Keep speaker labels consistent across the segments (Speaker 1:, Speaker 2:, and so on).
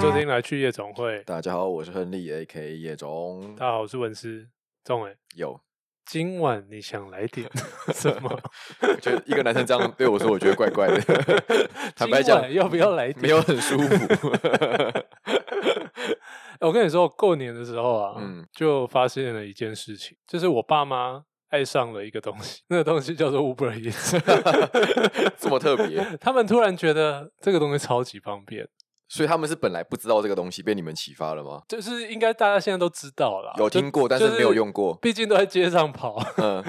Speaker 1: 收听
Speaker 2: 啊
Speaker 1: 来去夜总会。
Speaker 2: 大家好，我是亨利 A.K. 叶总。
Speaker 1: 大家好，我是文思仲哎。
Speaker 2: 有，
Speaker 1: 今晚你想来点什 么？
Speaker 2: 我觉得一个男生这样对我说，我觉得怪怪 的。坦白
Speaker 1: 今
Speaker 2: 讲，
Speaker 1: 晚要不要来点？
Speaker 2: 没有很 舒服。
Speaker 1: 我跟你说，过年的时候啊，
Speaker 2: 嗯
Speaker 1: 就发现了一件事情，就是我爸妈爱上了一个东西，那个东西叫做 Uber Eats。
Speaker 2: 这么特 别，
Speaker 1: 他们突然觉得这个东西超级方便，
Speaker 2: 所以他们是本来不知道这个东西，被你们启发了吗？
Speaker 1: 就是应该大家现在都知道了，
Speaker 2: 有
Speaker 1: 就
Speaker 2: 听过，但是没有，用过
Speaker 1: 就。毕竟都在街上跑。
Speaker 2: 嗯，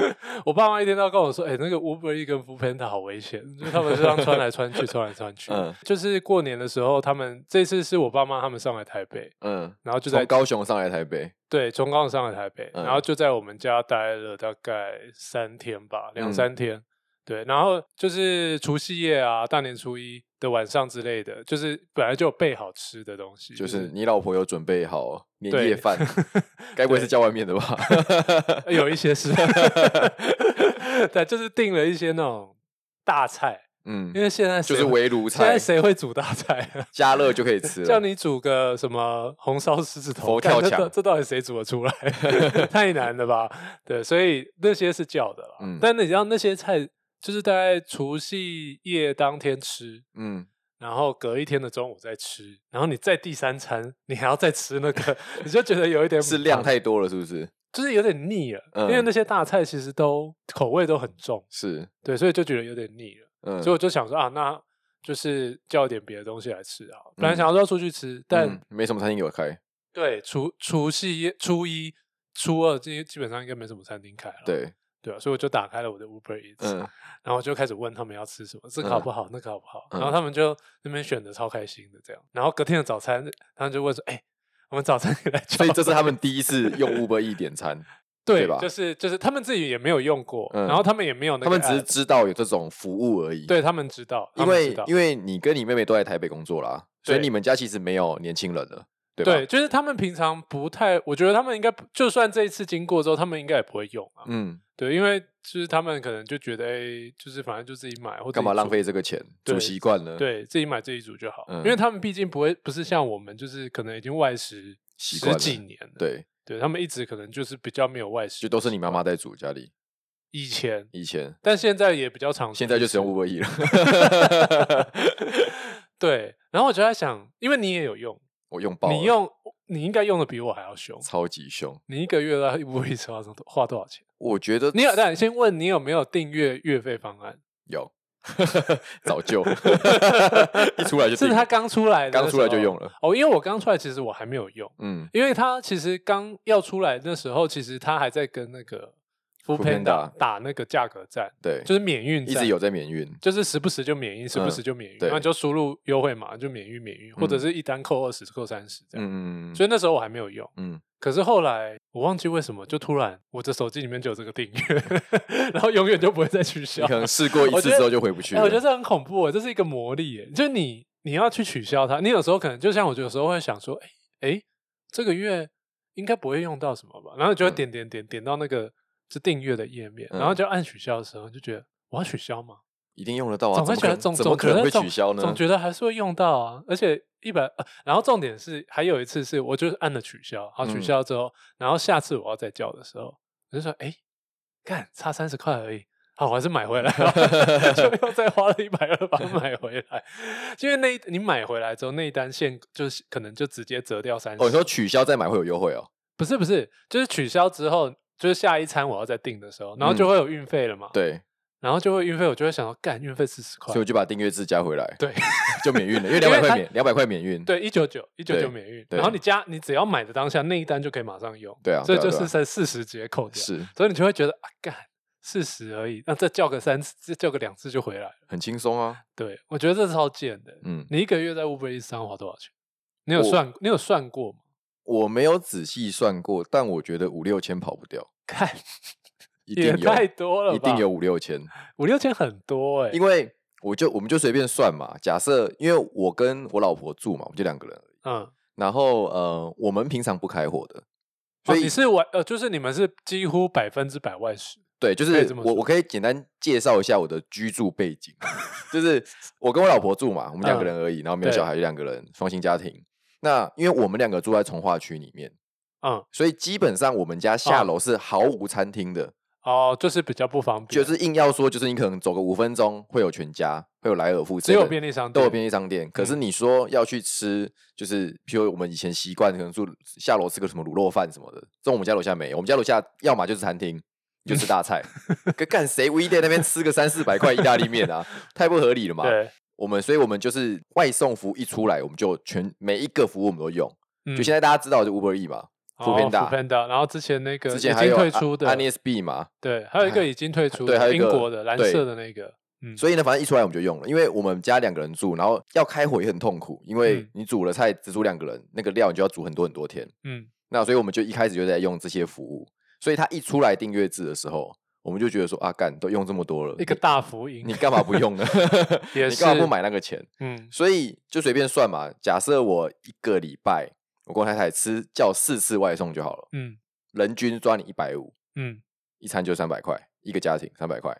Speaker 1: 我爸妈一天到晚跟我说：“哎、那个 Uber E 跟 f o o Panda 好危险，就是他们这样穿来穿去，穿来穿去。
Speaker 2: 嗯
Speaker 1: 就是过年的时候，他们这次是我爸妈他们上来台北，
Speaker 2: 嗯，
Speaker 1: 然后就在
Speaker 2: 从高雄上来台北，
Speaker 1: 对从高雄上来台北，
Speaker 2: 嗯
Speaker 1: 然后就在我们家待了大概三天吧，两
Speaker 2: 嗯
Speaker 1: 三天。对，然后就是除夕夜啊，大年初一的晚上之类的，就是本来就有备好吃的东西，
Speaker 2: 就是你老婆有准备好年夜
Speaker 1: 对
Speaker 2: 饭，该不会是叫外面的吧？
Speaker 1: 呃有一些是， 对，就是订了一些那种大菜，
Speaker 2: 嗯
Speaker 1: 因，为现在谁
Speaker 2: 就是
Speaker 1: 会
Speaker 2: 围炉
Speaker 1: 现在
Speaker 2: 菜，
Speaker 1: 谁会煮大菜、啊？
Speaker 2: 加热 就可以吃
Speaker 1: 叫
Speaker 2: 了。
Speaker 1: 你煮个什么红烧狮子头，
Speaker 2: 佛
Speaker 1: 干
Speaker 2: 跳
Speaker 1: 这
Speaker 2: 墙
Speaker 1: 到这到底谁煮得 出来？太难了吧？对，所以那些是叫的啦。
Speaker 2: 嗯
Speaker 1: 但你知道那些菜，就是大概除夕夜当天吃，
Speaker 2: 嗯，
Speaker 1: 然后隔一天的中午再吃，然后你再第三餐，你还要再吃那 个，你就觉得有一点嗯
Speaker 2: 是量，太多了，是不是？
Speaker 1: 就是有点腻了。
Speaker 2: 嗯
Speaker 1: 因为那些大菜其实都口味都很重，
Speaker 2: 是，
Speaker 1: 对，所以就觉得有点腻了。
Speaker 2: 嗯，
Speaker 1: 所以我就想说啊，那就是叫点别的东西来吃啊。本来想要说出去吃，但、
Speaker 2: 嗯没什么餐厅有开。
Speaker 1: 对，除除夕夜、初一、初二，这些基本上应该没什么餐厅开了。
Speaker 2: 对，
Speaker 1: 对啊，所以我就打开了我的 Uber Eats，、
Speaker 2: 嗯，
Speaker 1: 然后我就开始问他们要吃什么，这个好不好，那个好不好，然后
Speaker 2: 嗯
Speaker 1: 他们就那边选的超开心的这样。然后隔天的早餐，他们就问说：“哎、我们早餐也来叫。”
Speaker 2: 所以这是他们第一次用 Uber E 点餐，
Speaker 1: 对
Speaker 2: 对吧
Speaker 1: 就是就是他们自己也没有用过，
Speaker 2: 嗯
Speaker 1: 然后他们也没有那
Speaker 2: 他
Speaker 1: 个 app，
Speaker 2: 们只是知道有这种服务而已。，
Speaker 1: 对他们知道，他
Speaker 2: 因
Speaker 1: 们
Speaker 2: 为
Speaker 1: 知道
Speaker 2: 因为你跟你妹妹都在台北工作啦，所以
Speaker 1: 对
Speaker 2: 你们家其实没有年轻人了，对吧？
Speaker 1: 对，就是他们平常不太，我觉得他们应该不就算这一次经过之后，他们应该也不会用啊。
Speaker 2: 嗯，
Speaker 1: 对，因为就是他们可能就觉得，哎、就是反正就自己买或自己
Speaker 2: 干嘛浪
Speaker 1: 煮？
Speaker 2: 费这个钱？
Speaker 1: 对
Speaker 2: 煮习惯了，，
Speaker 1: 对自己买自己煮就好，
Speaker 2: 嗯
Speaker 1: 因为他们毕竟不会不是像我们，就是可能已经外食
Speaker 2: 习
Speaker 1: 十
Speaker 2: 惯了
Speaker 1: 几年了，
Speaker 2: 对，
Speaker 1: 对他们一直可能就是比较没有外食
Speaker 2: 就，都是你妈妈在煮家里。
Speaker 1: 以前，
Speaker 2: 以前
Speaker 1: 但现在也比较常出去吃，
Speaker 2: 现在就使用 Uber E 了，
Speaker 1: 对，然后我就在想，因为你也有用，
Speaker 2: 我用爆了，
Speaker 1: 你用你应该用的比我还要凶，
Speaker 2: 超级凶。
Speaker 1: 你一个月大概不会花多花多少钱？
Speaker 2: 我觉得
Speaker 1: 你有，但先问你有没有订阅月费方案？
Speaker 2: 有，早 就一出来就是
Speaker 1: 他刚出来的那时候，
Speaker 2: 刚出来就用了，
Speaker 1: 哦，因为我刚出来其实我还没有用，
Speaker 2: 嗯，
Speaker 1: 因为他其实刚要出来那时候，其实他还在跟那个 f o o p a n d a
Speaker 2: Foodpanda
Speaker 1: 打那个价格战，
Speaker 2: 对，
Speaker 1: 就是免运
Speaker 2: 一
Speaker 1: 战
Speaker 2: 直有在免运，
Speaker 1: 就是时不时就免运，时不时就免运，
Speaker 2: 对
Speaker 1: 然后你就输入优惠码就免运免运，或者是一单扣二十扣三十这样。
Speaker 2: 嗯，嗯
Speaker 1: 所以那时候我还没有用，
Speaker 2: 嗯，
Speaker 1: 可是后来我忘记为什么，就突然我的手机里面就有这个订阅， 然后永远就不会再取消
Speaker 2: 你。可能试过一
Speaker 1: 我
Speaker 2: 次
Speaker 1: 觉
Speaker 2: 之
Speaker 1: 得
Speaker 2: 后就回不去
Speaker 1: 哎
Speaker 2: 了。
Speaker 1: 我觉得这很恐怖，这是一个魔力耶，就你你要去取消它，你有时候可能就像我有时候会想说，哎、哎、这个月应该不会用到什么吧，然后你就会
Speaker 2: 嗯
Speaker 1: 点点点点到那个就订阅的页面，
Speaker 2: 嗯
Speaker 1: 然后就按取消的时候，你就觉得我要取消吗？
Speaker 2: 一定用得到啊，
Speaker 1: 总会
Speaker 2: 怎么
Speaker 1: 觉
Speaker 2: 可
Speaker 1: 得
Speaker 2: 能
Speaker 1: 总
Speaker 2: 怎
Speaker 1: 总
Speaker 2: 么可能
Speaker 1: 觉得
Speaker 2: 会
Speaker 1: 总
Speaker 2: 取消呢
Speaker 1: 总？觉得还是会用到啊，而且一百、呃然后重点是还有一次是我就是按了取消，然后取
Speaker 2: 嗯
Speaker 1: 消之后，然后下次我要再叫的时候，我就说哎，干差三十块而已。好，我还是买回来吧， 就又再花了一百二把它买回来，因为那一你买回来之后那一单现就是可能就直接折掉三十。
Speaker 2: 哦，你说取消再买会有优惠哦？
Speaker 1: 不是不是，就是取消之后，就是下一餐我要再订的时候，然后就
Speaker 2: 嗯
Speaker 1: 会有运费了嘛，
Speaker 2: 对，
Speaker 1: 然后就会运费，我就会想到干运费四十块
Speaker 2: 所以，我就把订阅制加回来，
Speaker 1: 啊 对，
Speaker 2: 就免运了，因为
Speaker 1: 因
Speaker 2: 两
Speaker 1: 为
Speaker 2: 百
Speaker 1: 它
Speaker 2: 块免两百块免运，
Speaker 1: 对，一九九一九
Speaker 2: 嗯对
Speaker 1: 九免运，
Speaker 2: 对
Speaker 1: 然后你加你只要买的当下那一单就可以马上用，
Speaker 2: 对啊
Speaker 1: 所以
Speaker 2: 对
Speaker 1: 就
Speaker 2: 啊对
Speaker 1: 是
Speaker 2: 啊
Speaker 1: 在四十节扣掉，
Speaker 2: 是
Speaker 1: 所以你就会觉得啊，干四十而已，那再叫个三次，再叫个两次就回来了。
Speaker 2: 很轻松啊。
Speaker 1: 对，我觉得这超贱的。
Speaker 2: 嗯，
Speaker 1: 你一个月在 Uber Eats 上花多少钱？你有
Speaker 2: 我
Speaker 1: 算你有算过吗？
Speaker 2: 我没有仔细算过，但我觉得五六千跑不掉，
Speaker 1: 看
Speaker 2: 一
Speaker 1: 也
Speaker 2: 定有，
Speaker 1: 太多了吧，
Speaker 2: 一定有五六千，
Speaker 1: 五六千很多哎、
Speaker 2: 因
Speaker 1: 为
Speaker 2: 为我就我们就随便算嘛。假设因为我跟我老婆住嘛，我们就两个人而已，
Speaker 1: 嗯，
Speaker 2: 然后呃，我们平常不开火的，所
Speaker 1: 所以、
Speaker 2: 以
Speaker 1: 你是完呃，就是你们是几乎百分之百外食，
Speaker 2: 对，就
Speaker 1: 可以
Speaker 2: 是
Speaker 1: 这么
Speaker 2: 我
Speaker 1: 说
Speaker 2: 我可以简单介绍一下我的居住背 景，就是我跟我老婆住嘛，我们两个人而已，然后没有
Speaker 1: 嗯对
Speaker 2: 小孩，就两个人双薪家庭。那因为我们两个住在从化区里面，
Speaker 1: 嗯，
Speaker 2: 所以基本上我们家下楼是毫无餐厅的，
Speaker 1: 哦，就是比较不方便，
Speaker 2: 就是硬要说，就是你可能走个五分钟会有全家，会有莱尔富，
Speaker 1: 只有便利商店，
Speaker 2: 都有便利商店。可
Speaker 1: 嗯
Speaker 2: 是你说要去吃，就是譬如我们以前习惯，可能住下楼吃个什么卤肉饭什么的，这种我们家楼下没有，我们家楼下要么就是餐厅。就吃大菜， 可干谁唯一在那边吃个三四百块意大利面啊？太不合理了嘛！
Speaker 1: 对，
Speaker 2: 我们所以我们就是外送服务一出来，我们就全每一个服务我们都用。
Speaker 1: 嗯
Speaker 2: 就现在大家知道，就 Uber E 嘛，Foodpanda
Speaker 1: 偏哦大，然后之前那个
Speaker 2: 之
Speaker 1: 已
Speaker 2: 前还
Speaker 1: 经
Speaker 2: 有
Speaker 1: 退出的
Speaker 2: a，n i s B 嘛，
Speaker 1: 对，还有一 个已经退出
Speaker 2: 对还
Speaker 1: 的，英
Speaker 2: 有一个
Speaker 1: 国的蓝
Speaker 2: 对
Speaker 1: 色的那个，嗯，
Speaker 2: 所以呢，反正一出来我们就用了，因为我们家两个人住，然后要开火也很痛苦，因为
Speaker 1: 嗯
Speaker 2: 你煮了菜只煮两个人，那个料你就要煮很多很多天。
Speaker 1: 嗯，
Speaker 2: 那所以我们就一开始就在用这些服务，所以他一出来订阅制的时候，我们就觉得说啊，干都用这么多了，
Speaker 1: 一个大福音
Speaker 2: 你，干嘛不用呢？
Speaker 1: 也
Speaker 2: 你干
Speaker 1: 是
Speaker 2: 嘛不买那个钱？
Speaker 1: 嗯
Speaker 2: 所以就随便算嘛，假设我一个礼拜我跟我太太吃叫四次外送就好了，
Speaker 1: 嗯
Speaker 2: 人均抓你一百五，
Speaker 1: 嗯，
Speaker 2: 一餐就三百块，一个家庭三百块，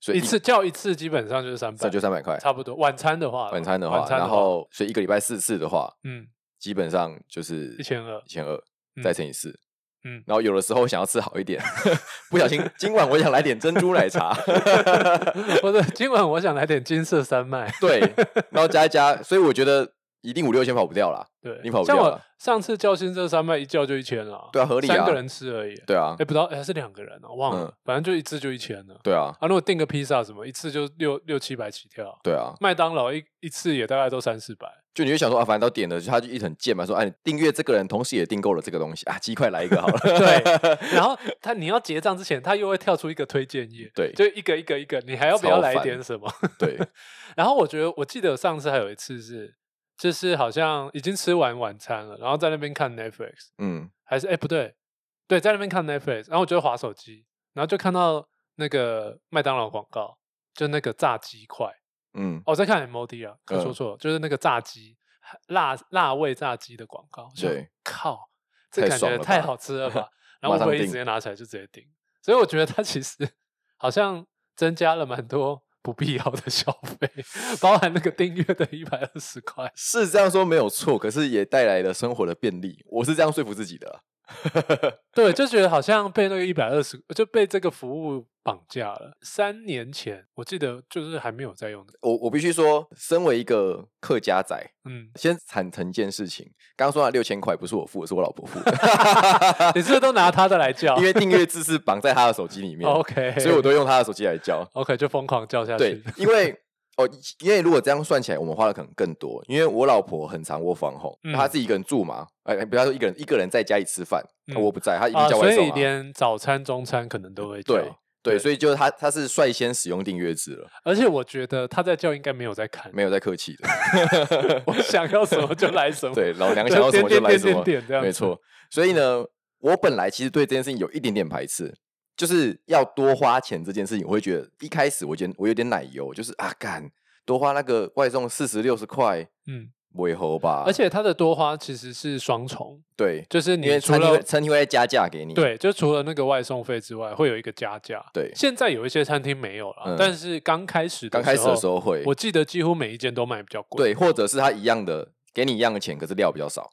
Speaker 2: 所以
Speaker 1: 一次叫一次基本上就是三
Speaker 2: 这
Speaker 1: 百，
Speaker 2: 就三百块。
Speaker 1: 差不多。晚餐的话啦，
Speaker 2: 晚餐的
Speaker 1: 晚
Speaker 2: 话，
Speaker 1: 餐
Speaker 2: 然后所以一个礼拜四次的话，
Speaker 1: 嗯，
Speaker 2: 基本上就是
Speaker 1: 1200
Speaker 2: 一千二
Speaker 1: 嗯
Speaker 2: 再乘以四。
Speaker 1: 嗯
Speaker 2: 然后有的时候想要吃好一点， 不小心今晚我想来点珍珠奶茶，
Speaker 1: 或者今晚我想来点金色山脉，
Speaker 2: 对，然后加一加，所以我觉得一定五六千跑不掉啦，
Speaker 1: 对，
Speaker 2: 你跑不
Speaker 1: 像
Speaker 2: 掉
Speaker 1: 我
Speaker 2: 了
Speaker 1: 上次叫金色山脉一叫就一千了，
Speaker 2: 对啊合理
Speaker 1: 三
Speaker 2: 啊
Speaker 1: 个人吃而已，
Speaker 2: 对啊
Speaker 1: 哎，，不知道哎还是两个人哦，忘了
Speaker 2: 嗯，
Speaker 1: 反正就一次就一千了。
Speaker 2: 对啊，
Speaker 1: 啊，如果订个披萨什么，一次就六六七百起跳，
Speaker 2: 对啊，
Speaker 1: 麦当劳一一次也大概都三四百，
Speaker 2: 就你就想说啊，反正都点了，他就一直很贱嘛，说哎、你订阅这个人，同时也订购了这个东西啊，鸡块来一个好了，
Speaker 1: 对，然后他你要结账之前，他又会跳出一个推荐页，
Speaker 2: 对
Speaker 1: 就一个一个一个，你还要不要
Speaker 2: 超
Speaker 1: 来
Speaker 2: 烦
Speaker 1: 点什么？
Speaker 2: 对
Speaker 1: 然后我觉得，我记得上次还有一次是，就是好像已经吃完晚餐了，然后在那边看 Netflix，
Speaker 2: 嗯，
Speaker 1: 还是哎不对，对，在那边看 Netflix，然后我就划手机，然后就看到那个麦当劳广告，就那个炸鸡块，
Speaker 2: 嗯，
Speaker 1: 哦，我在看 MOD 啊，可说
Speaker 2: 嗯
Speaker 1: 错了，就是那个炸鸡辣辣味炸鸡的广告，我想
Speaker 2: 对，
Speaker 1: 靠，这
Speaker 2: 太
Speaker 1: 感
Speaker 2: 爽
Speaker 1: 觉
Speaker 2: 了
Speaker 1: 太
Speaker 2: 吧
Speaker 1: 好吃了 吧？然后
Speaker 2: 马上
Speaker 1: 我一
Speaker 2: 订
Speaker 1: 直接拿起来就直接订，所以我觉得它其实好像增加了蛮多不必要的消费， 包含那个订阅的一百二十块。
Speaker 2: 是这样说没有错，可是也带来了生活的便利，我是这样说服自己的啊、
Speaker 1: 对，就觉得好像被那个一百二十就被这个服务绑架了。三年前我记得就是还没有在用的，
Speaker 2: 我我必须说，身为一个客家仔，
Speaker 1: 嗯，
Speaker 2: 先坦诚一件事情，刚刚说那六千块不是我付的，是我老婆付的，
Speaker 1: 你是不是都拿他的来叫？
Speaker 2: 因为订阅制是绑在她的手机里面，
Speaker 1: 哦 OK，
Speaker 2: 所以我都用她的手机来交。
Speaker 1: OK 就疯狂叫下去。
Speaker 2: 对，因为哦，因为如果这样算起来，我们花的可能更多，因为我老婆很常窝房后，
Speaker 1: 嗯
Speaker 2: 她自己一个人住嘛，哎，不要说一个人，一个人在家里吃饭，
Speaker 1: 嗯
Speaker 2: 那我不在，她一定
Speaker 1: 啊，
Speaker 2: 叫
Speaker 1: 所
Speaker 2: 外
Speaker 1: 以
Speaker 2: 送啊。
Speaker 1: 连早餐、中餐可能都会叫。
Speaker 2: 对
Speaker 1: 对
Speaker 2: 对，所以就是她，她是率先使用订阅制了，
Speaker 1: 而且我觉得他在叫应该没有在看，
Speaker 2: 没有在客气 的。
Speaker 1: 我想要什么就来什么。
Speaker 2: 对，老娘
Speaker 1: 就
Speaker 2: 想要什
Speaker 1: 点
Speaker 2: 么就
Speaker 1: 点
Speaker 2: 来
Speaker 1: 点
Speaker 2: 什
Speaker 1: 点
Speaker 2: 么，
Speaker 1: 点这样
Speaker 2: 没
Speaker 1: 子
Speaker 2: 错。所以呢，我本来其实对这件事情有一点点排斥，就是要多花钱这件事情，我会觉得一开始我觉得我有点奶油，就是啊，干多花那个外送四十六十块，
Speaker 1: 嗯，
Speaker 2: 为何吧？
Speaker 1: 而且他的多花其实是双重，
Speaker 2: 对，
Speaker 1: 就是
Speaker 2: 因为
Speaker 1: 你除
Speaker 2: 餐厅
Speaker 1: 了
Speaker 2: 会餐厅会再加价给你，
Speaker 1: 对，就除了那个外送费之外，会有一个加价。
Speaker 2: 对
Speaker 1: 现在有一些餐厅没有了，
Speaker 2: 嗯
Speaker 1: 但是刚开始
Speaker 2: 刚开始的时
Speaker 1: 候，
Speaker 2: 候会，
Speaker 1: 我记得几乎每一间都卖比较贵。
Speaker 2: 对，或者是他一样的给你一样的钱，可是料比较少。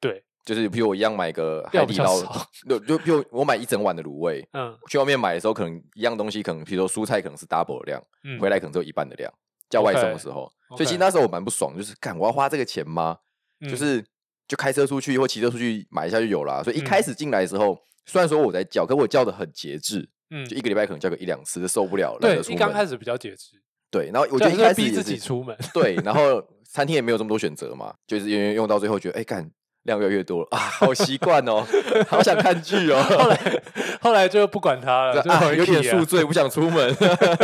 Speaker 1: 对，
Speaker 2: 就是比如我一样买个
Speaker 1: 料
Speaker 2: 海
Speaker 1: 比
Speaker 2: 底
Speaker 1: 较
Speaker 2: 捞
Speaker 1: 少，
Speaker 2: 就就比如我买一整碗的卤味，
Speaker 1: 嗯
Speaker 2: 去外面买的时候，可能一样东西，可能比如说蔬菜可能是 double 的量，
Speaker 1: 嗯，
Speaker 2: 回来可能只有一半的量，叫外送的时候。所以其实
Speaker 1: OK
Speaker 2: 那时候我蛮不爽，就是干我要花这个钱吗？
Speaker 1: 嗯
Speaker 2: 就是就开车出去或骑车出去买一下就有啦。所以一
Speaker 1: 嗯
Speaker 2: 开始进来的时候，虽然说我在叫，可我叫的很节制，
Speaker 1: 嗯
Speaker 2: 就一个礼拜可能叫个一两次，就受不了，懒
Speaker 1: 对
Speaker 2: 得，出
Speaker 1: 一刚开
Speaker 2: 门。
Speaker 1: 始比较节制，
Speaker 2: 对，然后我
Speaker 1: 这
Speaker 2: 觉
Speaker 1: 样
Speaker 2: 得一
Speaker 1: 因为
Speaker 2: 开始
Speaker 1: 逼
Speaker 2: 也
Speaker 1: 自己
Speaker 2: 是
Speaker 1: 出门，
Speaker 2: 对，然后餐厅也没有这么多选择嘛，就是因为用到最后觉得，哎干量越来越多了啊，好习惯哦，好想看剧哦。
Speaker 1: 后来后来就不管他 了，就
Speaker 2: 啊，
Speaker 1: 回
Speaker 2: 有点
Speaker 1: 体啊
Speaker 2: 宿醉，不想出门。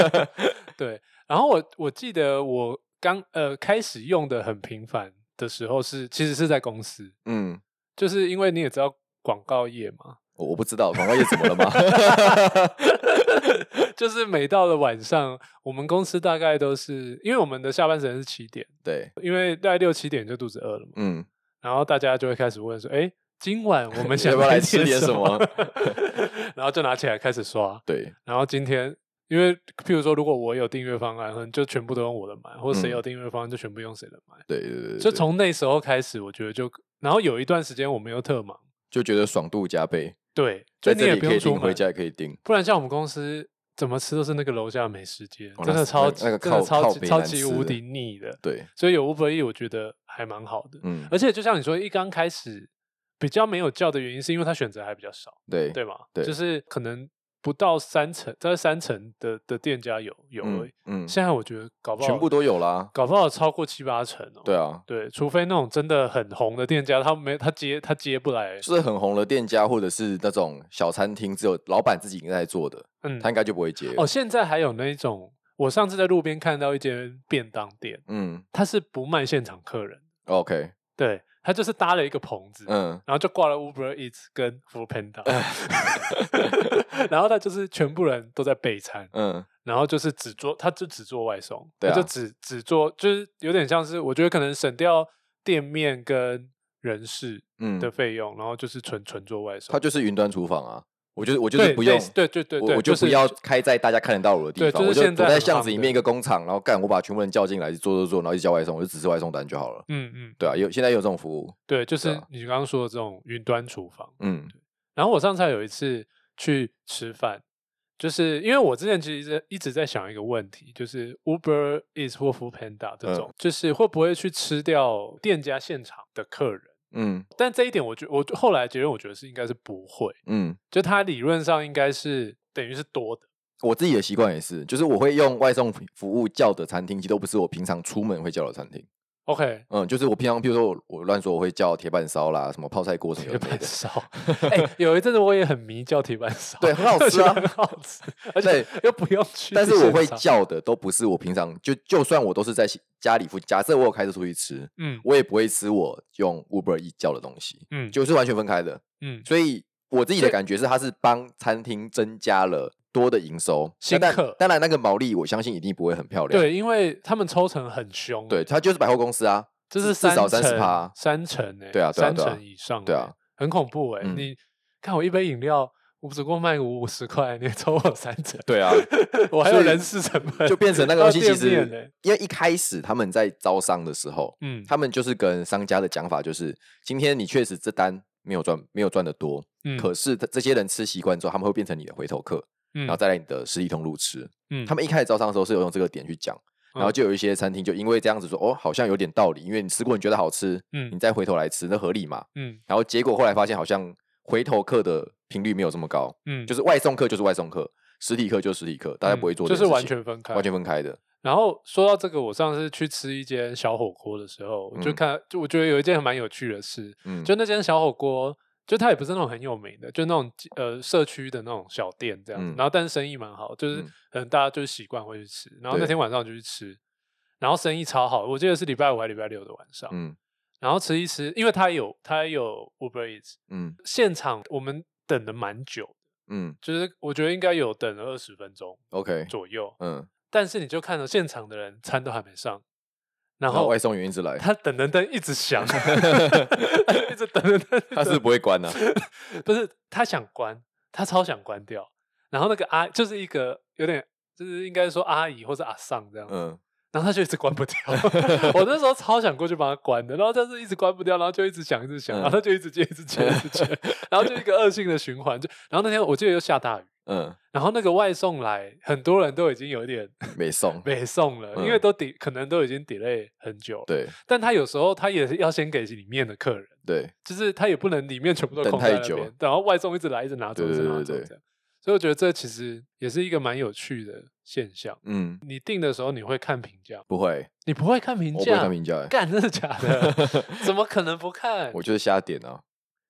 Speaker 1: 对，然后我我记得我刚呃开始用的很频繁的时候是，其实是在公司，
Speaker 2: 嗯，
Speaker 1: 就是因为你也知道广告业 嘛，
Speaker 2: 我我不知道广告业怎么了吗？
Speaker 1: 就是每到了晚上，我们公司大概都是因为我们的下班时间是七点，
Speaker 2: 对，
Speaker 1: 因为大概六七点就肚子饿了嘛，
Speaker 2: 嗯，
Speaker 1: 然后大家就会开始问说，哎。今晚我 们想
Speaker 2: 要不要来吃
Speaker 1: 点
Speaker 2: 点
Speaker 1: 什
Speaker 2: 什
Speaker 1: 么？然后就拿起来开始刷，
Speaker 2: 对，
Speaker 1: 然后今天因为譬如说，如果我有订阅方案，可能就全部都用我的买，或谁有订阅方案就全部用谁的买。
Speaker 2: 对对嗯对对，
Speaker 1: 就
Speaker 2: 对
Speaker 1: 从那时候开始，我觉得就，然后有一段时间我们又特忙，
Speaker 2: 就觉得爽度加倍，
Speaker 1: 对，就
Speaker 2: 在
Speaker 1: 你
Speaker 2: 这
Speaker 1: 也
Speaker 2: 里
Speaker 1: 不
Speaker 2: 可以
Speaker 1: 用出
Speaker 2: 订，
Speaker 1: 门
Speaker 2: 回，家也可以订。
Speaker 1: 不然像我们公司怎么吃都是那个楼下美食街，
Speaker 2: 哦
Speaker 1: 真
Speaker 2: 那
Speaker 1: 的
Speaker 2: 是
Speaker 1: 超
Speaker 2: 那
Speaker 1: 级
Speaker 2: 那个
Speaker 1: 真的
Speaker 2: 靠
Speaker 1: 超
Speaker 2: 靠
Speaker 1: 级
Speaker 2: 北
Speaker 1: 超
Speaker 2: 难
Speaker 1: 级
Speaker 2: 吃
Speaker 1: 无
Speaker 2: 的
Speaker 1: 敌腻的，
Speaker 2: 对，
Speaker 1: 所以有 Uber E 我觉得还蛮好的。
Speaker 2: 嗯，
Speaker 1: 而且就像你说，一刚开始比较没有叫的原因，是因为他选择还比较少。
Speaker 2: 对
Speaker 1: 对吗？
Speaker 2: 对
Speaker 1: 就是可能不到三成，在三成的的店家有有而
Speaker 2: 嗯
Speaker 1: 已。
Speaker 2: 嗯，
Speaker 1: 现在我觉得搞不好
Speaker 2: 全部都有啦。
Speaker 1: 搞不好超过七八成哦。
Speaker 2: 对啊，
Speaker 1: 对，除非那种真的很红的店家，他没他接他接不来，
Speaker 2: 就是很红的店家，或者是那种小餐厅，只有老板自己应该在做的，
Speaker 1: 嗯
Speaker 2: 他，应该就不会接了。
Speaker 1: 哦，现在还有那种，我上次在路边看到一间便当店，
Speaker 2: 嗯
Speaker 1: 他是不卖现场客人，
Speaker 2: ，OK，
Speaker 1: 对他就是搭了一个棚子，
Speaker 2: 嗯，
Speaker 1: 然后就挂了 Uber Eats 跟 Food Panda，然 后他就是全部人都在备餐，
Speaker 2: 嗯，
Speaker 1: 然后就是只做，他就只做外送，
Speaker 2: 对啊
Speaker 1: 他就只只做，就是有点像是我觉得可能省掉店面跟人事
Speaker 2: 嗯
Speaker 1: 的，费用，然后就是纯纯做外送。
Speaker 2: 他就是云端厨房啊，我就是我就
Speaker 1: 对
Speaker 2: 是不用
Speaker 1: 类，似对对对对，
Speaker 2: 我我就不
Speaker 1: 是
Speaker 2: 要开在大家看得到我的
Speaker 1: 对
Speaker 2: 地
Speaker 1: 就
Speaker 2: 方，
Speaker 1: 是
Speaker 2: 我就
Speaker 1: 现在
Speaker 2: 躲在
Speaker 1: 很
Speaker 2: 巷
Speaker 1: 夯
Speaker 2: 子里
Speaker 1: 的
Speaker 2: 面一个工厂，然后干，我把全部人叫进来做做做，然后一直叫外送，我就只吃外送单就好了。
Speaker 1: 嗯嗯，
Speaker 2: 对啊，有现在有这种服务，
Speaker 1: 对，就是
Speaker 2: 对啊
Speaker 1: 你刚刚说的这种云端厨房。
Speaker 2: 嗯
Speaker 1: 然后我上次还有一次去吃饭，就是因为我之前其实一直在想一个问题，就是 Uber Eats 或 Food Panda 这
Speaker 2: 嗯
Speaker 1: 种，就是会不会去吃掉店家现场的客人？
Speaker 2: 嗯
Speaker 1: 但这一点我觉我后来结论，我觉得是应该是不会。
Speaker 2: 嗯，
Speaker 1: 就它理论上应该是等于是多的，
Speaker 2: 我自己的习惯也是，就是我会用外送服务叫的餐厅，其实都不是我平常出门会叫的餐厅。
Speaker 1: OK，
Speaker 2: 嗯，就是我平常，比如说我我乱说，我会叫铁板烧啦，什么泡菜锅什么
Speaker 1: 铁
Speaker 2: 有的没
Speaker 1: 板
Speaker 2: 的。
Speaker 1: 烧。哎、 有一阵子我也很迷叫铁板烧，
Speaker 2: 对很好
Speaker 1: 我觉
Speaker 2: 吃
Speaker 1: 得
Speaker 2: 啊
Speaker 1: 很好吃，而且
Speaker 2: 对
Speaker 1: 又不用去现场。
Speaker 2: 但是我会叫的都不是我平常就就算我都是在家里附近，假设我有开车出去吃，
Speaker 1: 嗯
Speaker 2: 我也不会吃我用 Uber E 叫的东西，
Speaker 1: 嗯
Speaker 2: 就是完全分开的。
Speaker 1: 嗯
Speaker 2: 所以我自己
Speaker 1: 所
Speaker 2: 的
Speaker 1: 以
Speaker 2: 感觉是，它是帮餐厅增加了多的营收。
Speaker 1: 新
Speaker 2: 那但
Speaker 1: 客
Speaker 2: 当然那个毛利，我相信一定不会很漂亮。
Speaker 1: 对，因为他们抽成很凶，，
Speaker 2: 对，它就是百货公司啊。
Speaker 1: 这是
Speaker 2: 至至少
Speaker 1: 三
Speaker 2: 30%
Speaker 1: 成
Speaker 2: 啊
Speaker 1: 三成哎，
Speaker 2: 对啊对啊
Speaker 1: 三
Speaker 2: 对啊
Speaker 1: 成以上欸，
Speaker 2: 对啊
Speaker 1: 很恐怖哎、
Speaker 2: 嗯
Speaker 1: 你看我一杯饮料，我只不过卖个五十块，你抽我三成，
Speaker 2: 对啊，
Speaker 1: 我还有
Speaker 2: 所以
Speaker 1: 人事成本，
Speaker 2: 就变成那个东西。其
Speaker 1: 还有店面欸
Speaker 2: 实，因为一开始他们在招商的时候，
Speaker 1: 嗯
Speaker 2: 他们就是跟商家的讲法就是，今天你确实这单没有赚，没有赚的多，
Speaker 1: 嗯，
Speaker 2: 可是他这些人吃习惯之后，他们会变成你的回头客，
Speaker 1: 然
Speaker 2: 然后再来你的实体通路吃。
Speaker 1: 嗯
Speaker 2: 他们一开始招商的时候是有用这个点去讲，然后
Speaker 1: 嗯
Speaker 2: 就有一些餐厅就因为这样子说，哦，好像有点道理，因为你吃过你觉得好吃，
Speaker 1: 嗯
Speaker 2: 你再回头来吃，那合理嘛？
Speaker 1: 嗯
Speaker 2: 然后结果后来发现好像回头客的频率没有这么高，
Speaker 1: 嗯，
Speaker 2: 就是外送客就是外送客，实体客就是实体客，大家不会做
Speaker 1: 嗯
Speaker 2: 这
Speaker 1: 就
Speaker 2: 件事
Speaker 1: 是
Speaker 2: 情，
Speaker 1: 完全分开，
Speaker 2: 完全分开的。
Speaker 1: 然后说到这个，我上次去吃一间小火锅的时候，我就
Speaker 2: 嗯
Speaker 1: 看，就我觉得有一件蛮有趣的事，
Speaker 2: 嗯，
Speaker 1: 就那间小火锅，就它也不是那种很有名的，就那种呃社区的那种小店这样子。
Speaker 2: 嗯
Speaker 1: 然后但是生意蛮好，就是
Speaker 2: 嗯
Speaker 1: 可能大家就是习惯会去吃。然后那
Speaker 2: 对
Speaker 1: 天晚上我就去吃，然后生意超好，我记得是礼拜五还是礼拜六的晚上。
Speaker 2: 嗯
Speaker 1: 然后吃一吃，因为它有它有 Uber Eats，
Speaker 2: 嗯
Speaker 1: 现场我们等的蛮久，
Speaker 2: 嗯
Speaker 1: 就是我觉得应该有等了二十分钟
Speaker 2: ，OK，
Speaker 1: 左右。
Speaker 2: 嗯，
Speaker 1: 但是你就看到现场的人餐都还没上，然
Speaker 2: 然后
Speaker 1: 后
Speaker 2: 外送员一直来，
Speaker 1: 他等等等一直响， 一直等等等，
Speaker 2: 他是不会 关的、
Speaker 1: 不是他想关，他超想关掉，然后那个阿就是一个有点就是应该说阿姨或者阿桑这样，
Speaker 2: 嗯，
Speaker 1: 然后他就一直关不 掉，我那时候超想过去帮他关的，然后但是一直关不掉，然后就一直响一直响，
Speaker 2: 嗯
Speaker 1: 然后他就一直接一直接一 直接，然后就一个恶性的循环，就然后那天我记得又下大雨。
Speaker 2: 嗯，
Speaker 1: 然后那个外送来，很多人都已经有一点
Speaker 2: 没送，
Speaker 1: 北送了，因为
Speaker 2: 嗯
Speaker 1: 都抵可能都已经 delay 很久了。
Speaker 2: 对
Speaker 1: 但他有时候他也是要先给里面的客人，
Speaker 2: 对，
Speaker 1: 就是他也不能里面全部都
Speaker 2: 等
Speaker 1: 空在
Speaker 2: 太
Speaker 1: 那
Speaker 2: 久
Speaker 1: 边，然后外送一直来，一直拿走，
Speaker 2: 对
Speaker 1: 一直
Speaker 2: 对
Speaker 1: 拿
Speaker 2: 对
Speaker 1: 走
Speaker 2: 对
Speaker 1: 这样。所以我觉得这其实也是一个蛮有趣的现象。
Speaker 2: 嗯，
Speaker 1: 你订的时候你会看评价吗，
Speaker 2: 不会，
Speaker 1: 你不会看评
Speaker 2: 我不会
Speaker 1: 价
Speaker 2: 看？评价、欸，
Speaker 1: 干，真的假的？ 怎么可能不看？
Speaker 2: 我就是瞎点啊，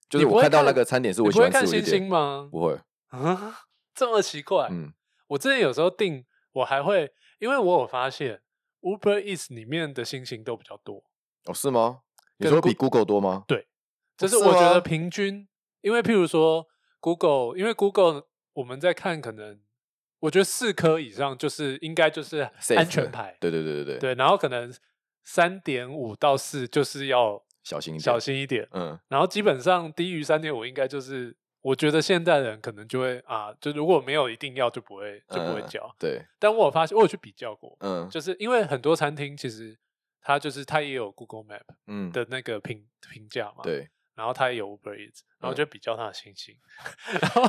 Speaker 2: 就
Speaker 1: 你
Speaker 2: 是
Speaker 1: 不
Speaker 2: 我
Speaker 1: 会
Speaker 2: 看到那
Speaker 1: 看
Speaker 2: 个餐点是
Speaker 1: 你不
Speaker 2: 我喜
Speaker 1: 会
Speaker 2: 欢吃，
Speaker 1: 看
Speaker 2: 我就
Speaker 1: 星星
Speaker 2: 点，
Speaker 1: 吗？
Speaker 2: 不会，
Speaker 1: 啊，这么奇怪。
Speaker 2: 嗯
Speaker 1: 我之前有时候订，我还会，因为我有发现 Uber Eats 里面的星星都比较多。
Speaker 2: 哦，是吗？你
Speaker 1: 跟
Speaker 2: 说比 Google 多吗？
Speaker 1: 就是
Speaker 2: 哦是
Speaker 1: 我觉得
Speaker 2: 吗
Speaker 1: 平均，因为譬如说 Google，因为 Google 我们在看，可能我觉得四颗以上就是应该就是安
Speaker 2: Safe
Speaker 1: 全
Speaker 2: 的
Speaker 1: 牌，
Speaker 2: 对对对对对，
Speaker 1: 对，然后可能三点五到四就是要
Speaker 2: 小心一点，
Speaker 1: 小，心一点，
Speaker 2: 嗯
Speaker 1: 然后基本上低于三点五应该就是我觉得现代人可能就会啊，就如果没有一定要，就不会就不会叫。
Speaker 2: 嗯对，
Speaker 1: 但我有发现，我有去比较过，
Speaker 2: 嗯
Speaker 1: 就是因为很多餐厅其实它就是它也有 Google Map
Speaker 2: 嗯，
Speaker 1: 的那个评评价嘛，，
Speaker 2: 对。
Speaker 1: 然后它也有 Uber Eats，然后就比较它的星星。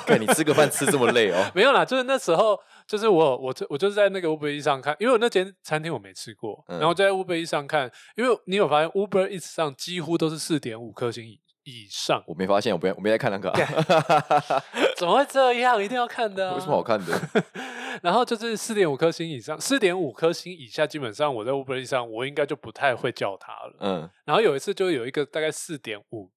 Speaker 2: 看你吃个饭吃这么
Speaker 1: ，
Speaker 2: 累哦
Speaker 1: 没有啦，就是那时候，就是我我就我就是在那个 Uber Eats 上看，因为我那间餐厅我没吃过，
Speaker 2: 嗯
Speaker 1: 然后就在 Uber Eats 上看，因为你有发现 Uber Eats 上几乎都是四点五颗星以以上，
Speaker 2: 我没发现，我没我没在看那 个啊、
Speaker 1: 怎么会这样？一定要看 的、啊，
Speaker 2: 有什么好？看的？
Speaker 1: 然后就是四点五颗星以上，四点五颗星以下，基本上我在 Uber Eats 上我应该就不太会叫它了。
Speaker 2: 嗯，
Speaker 1: 然后有一次就有一个大概四点五，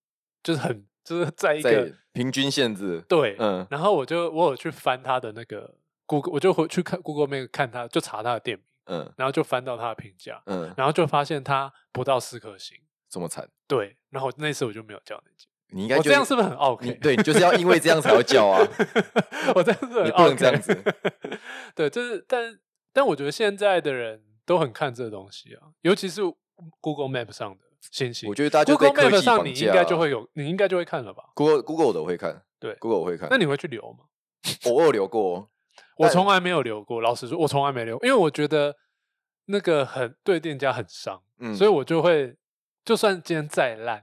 Speaker 1: 就是很就是在一
Speaker 2: 在
Speaker 1: 个
Speaker 2: 平均限制，
Speaker 1: 对，
Speaker 2: 嗯
Speaker 1: 然后我就我有去翻他的那个 Google，我就回去看 Google Map 看他，就查他的店名，
Speaker 2: 嗯
Speaker 1: 然后就翻到他的评价，
Speaker 2: 嗯，
Speaker 1: 然后就发现他不到四颗星。
Speaker 2: 这么惨，
Speaker 1: 对，然后那次我就没有叫那间，
Speaker 2: 你应该
Speaker 1: 我
Speaker 2: 就
Speaker 1: 哦这样是不是很 OK？
Speaker 2: 你对，你就是要因为这样才要叫啊，
Speaker 1: 我这样子很
Speaker 2: 你不能
Speaker 1: OK
Speaker 2: 这样子。
Speaker 1: 对，就是，但但我觉得现在的人都很看这东西啊，尤其是 Google Map 上的信息。
Speaker 2: 我觉得大家就被
Speaker 1: Google
Speaker 2: 科
Speaker 1: Map
Speaker 2: 技
Speaker 1: 上你
Speaker 2: 绑
Speaker 1: 应
Speaker 2: 架
Speaker 1: 该
Speaker 2: 啊。
Speaker 1: 就会有，你应该就会看了吧？
Speaker 2: Google Google 我的我会看，
Speaker 1: 对
Speaker 2: ，Google 我会看
Speaker 1: 那，你会去留吗？
Speaker 2: 偶尔留过哦，
Speaker 1: 我
Speaker 2: 但
Speaker 1: 从来没有留过，老实说，我从来没留，因为我觉得那个很对店家很伤，
Speaker 2: 嗯，
Speaker 1: 所以我就会就算今天再烂，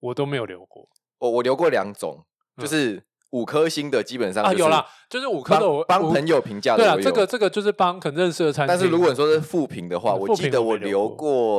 Speaker 1: 我都没有留过
Speaker 2: 我我留过两种，就
Speaker 1: 嗯
Speaker 2: 是五颗星的基本上
Speaker 1: 啊。
Speaker 2: 就是
Speaker 1: 有啦，就是五颗
Speaker 2: 帮
Speaker 1: 的我
Speaker 2: 帮
Speaker 1: 我
Speaker 2: 朋友评价的
Speaker 1: 对啊，
Speaker 2: 我
Speaker 1: 这
Speaker 2: 有
Speaker 1: 个这个就是帮可能认识的餐厅。啊
Speaker 2: 但是如果你说是负评的话，
Speaker 1: 嗯
Speaker 2: 我
Speaker 1: 负
Speaker 2: 记
Speaker 1: 评
Speaker 2: 得
Speaker 1: 我没
Speaker 2: 我
Speaker 1: 留
Speaker 2: 留
Speaker 1: 过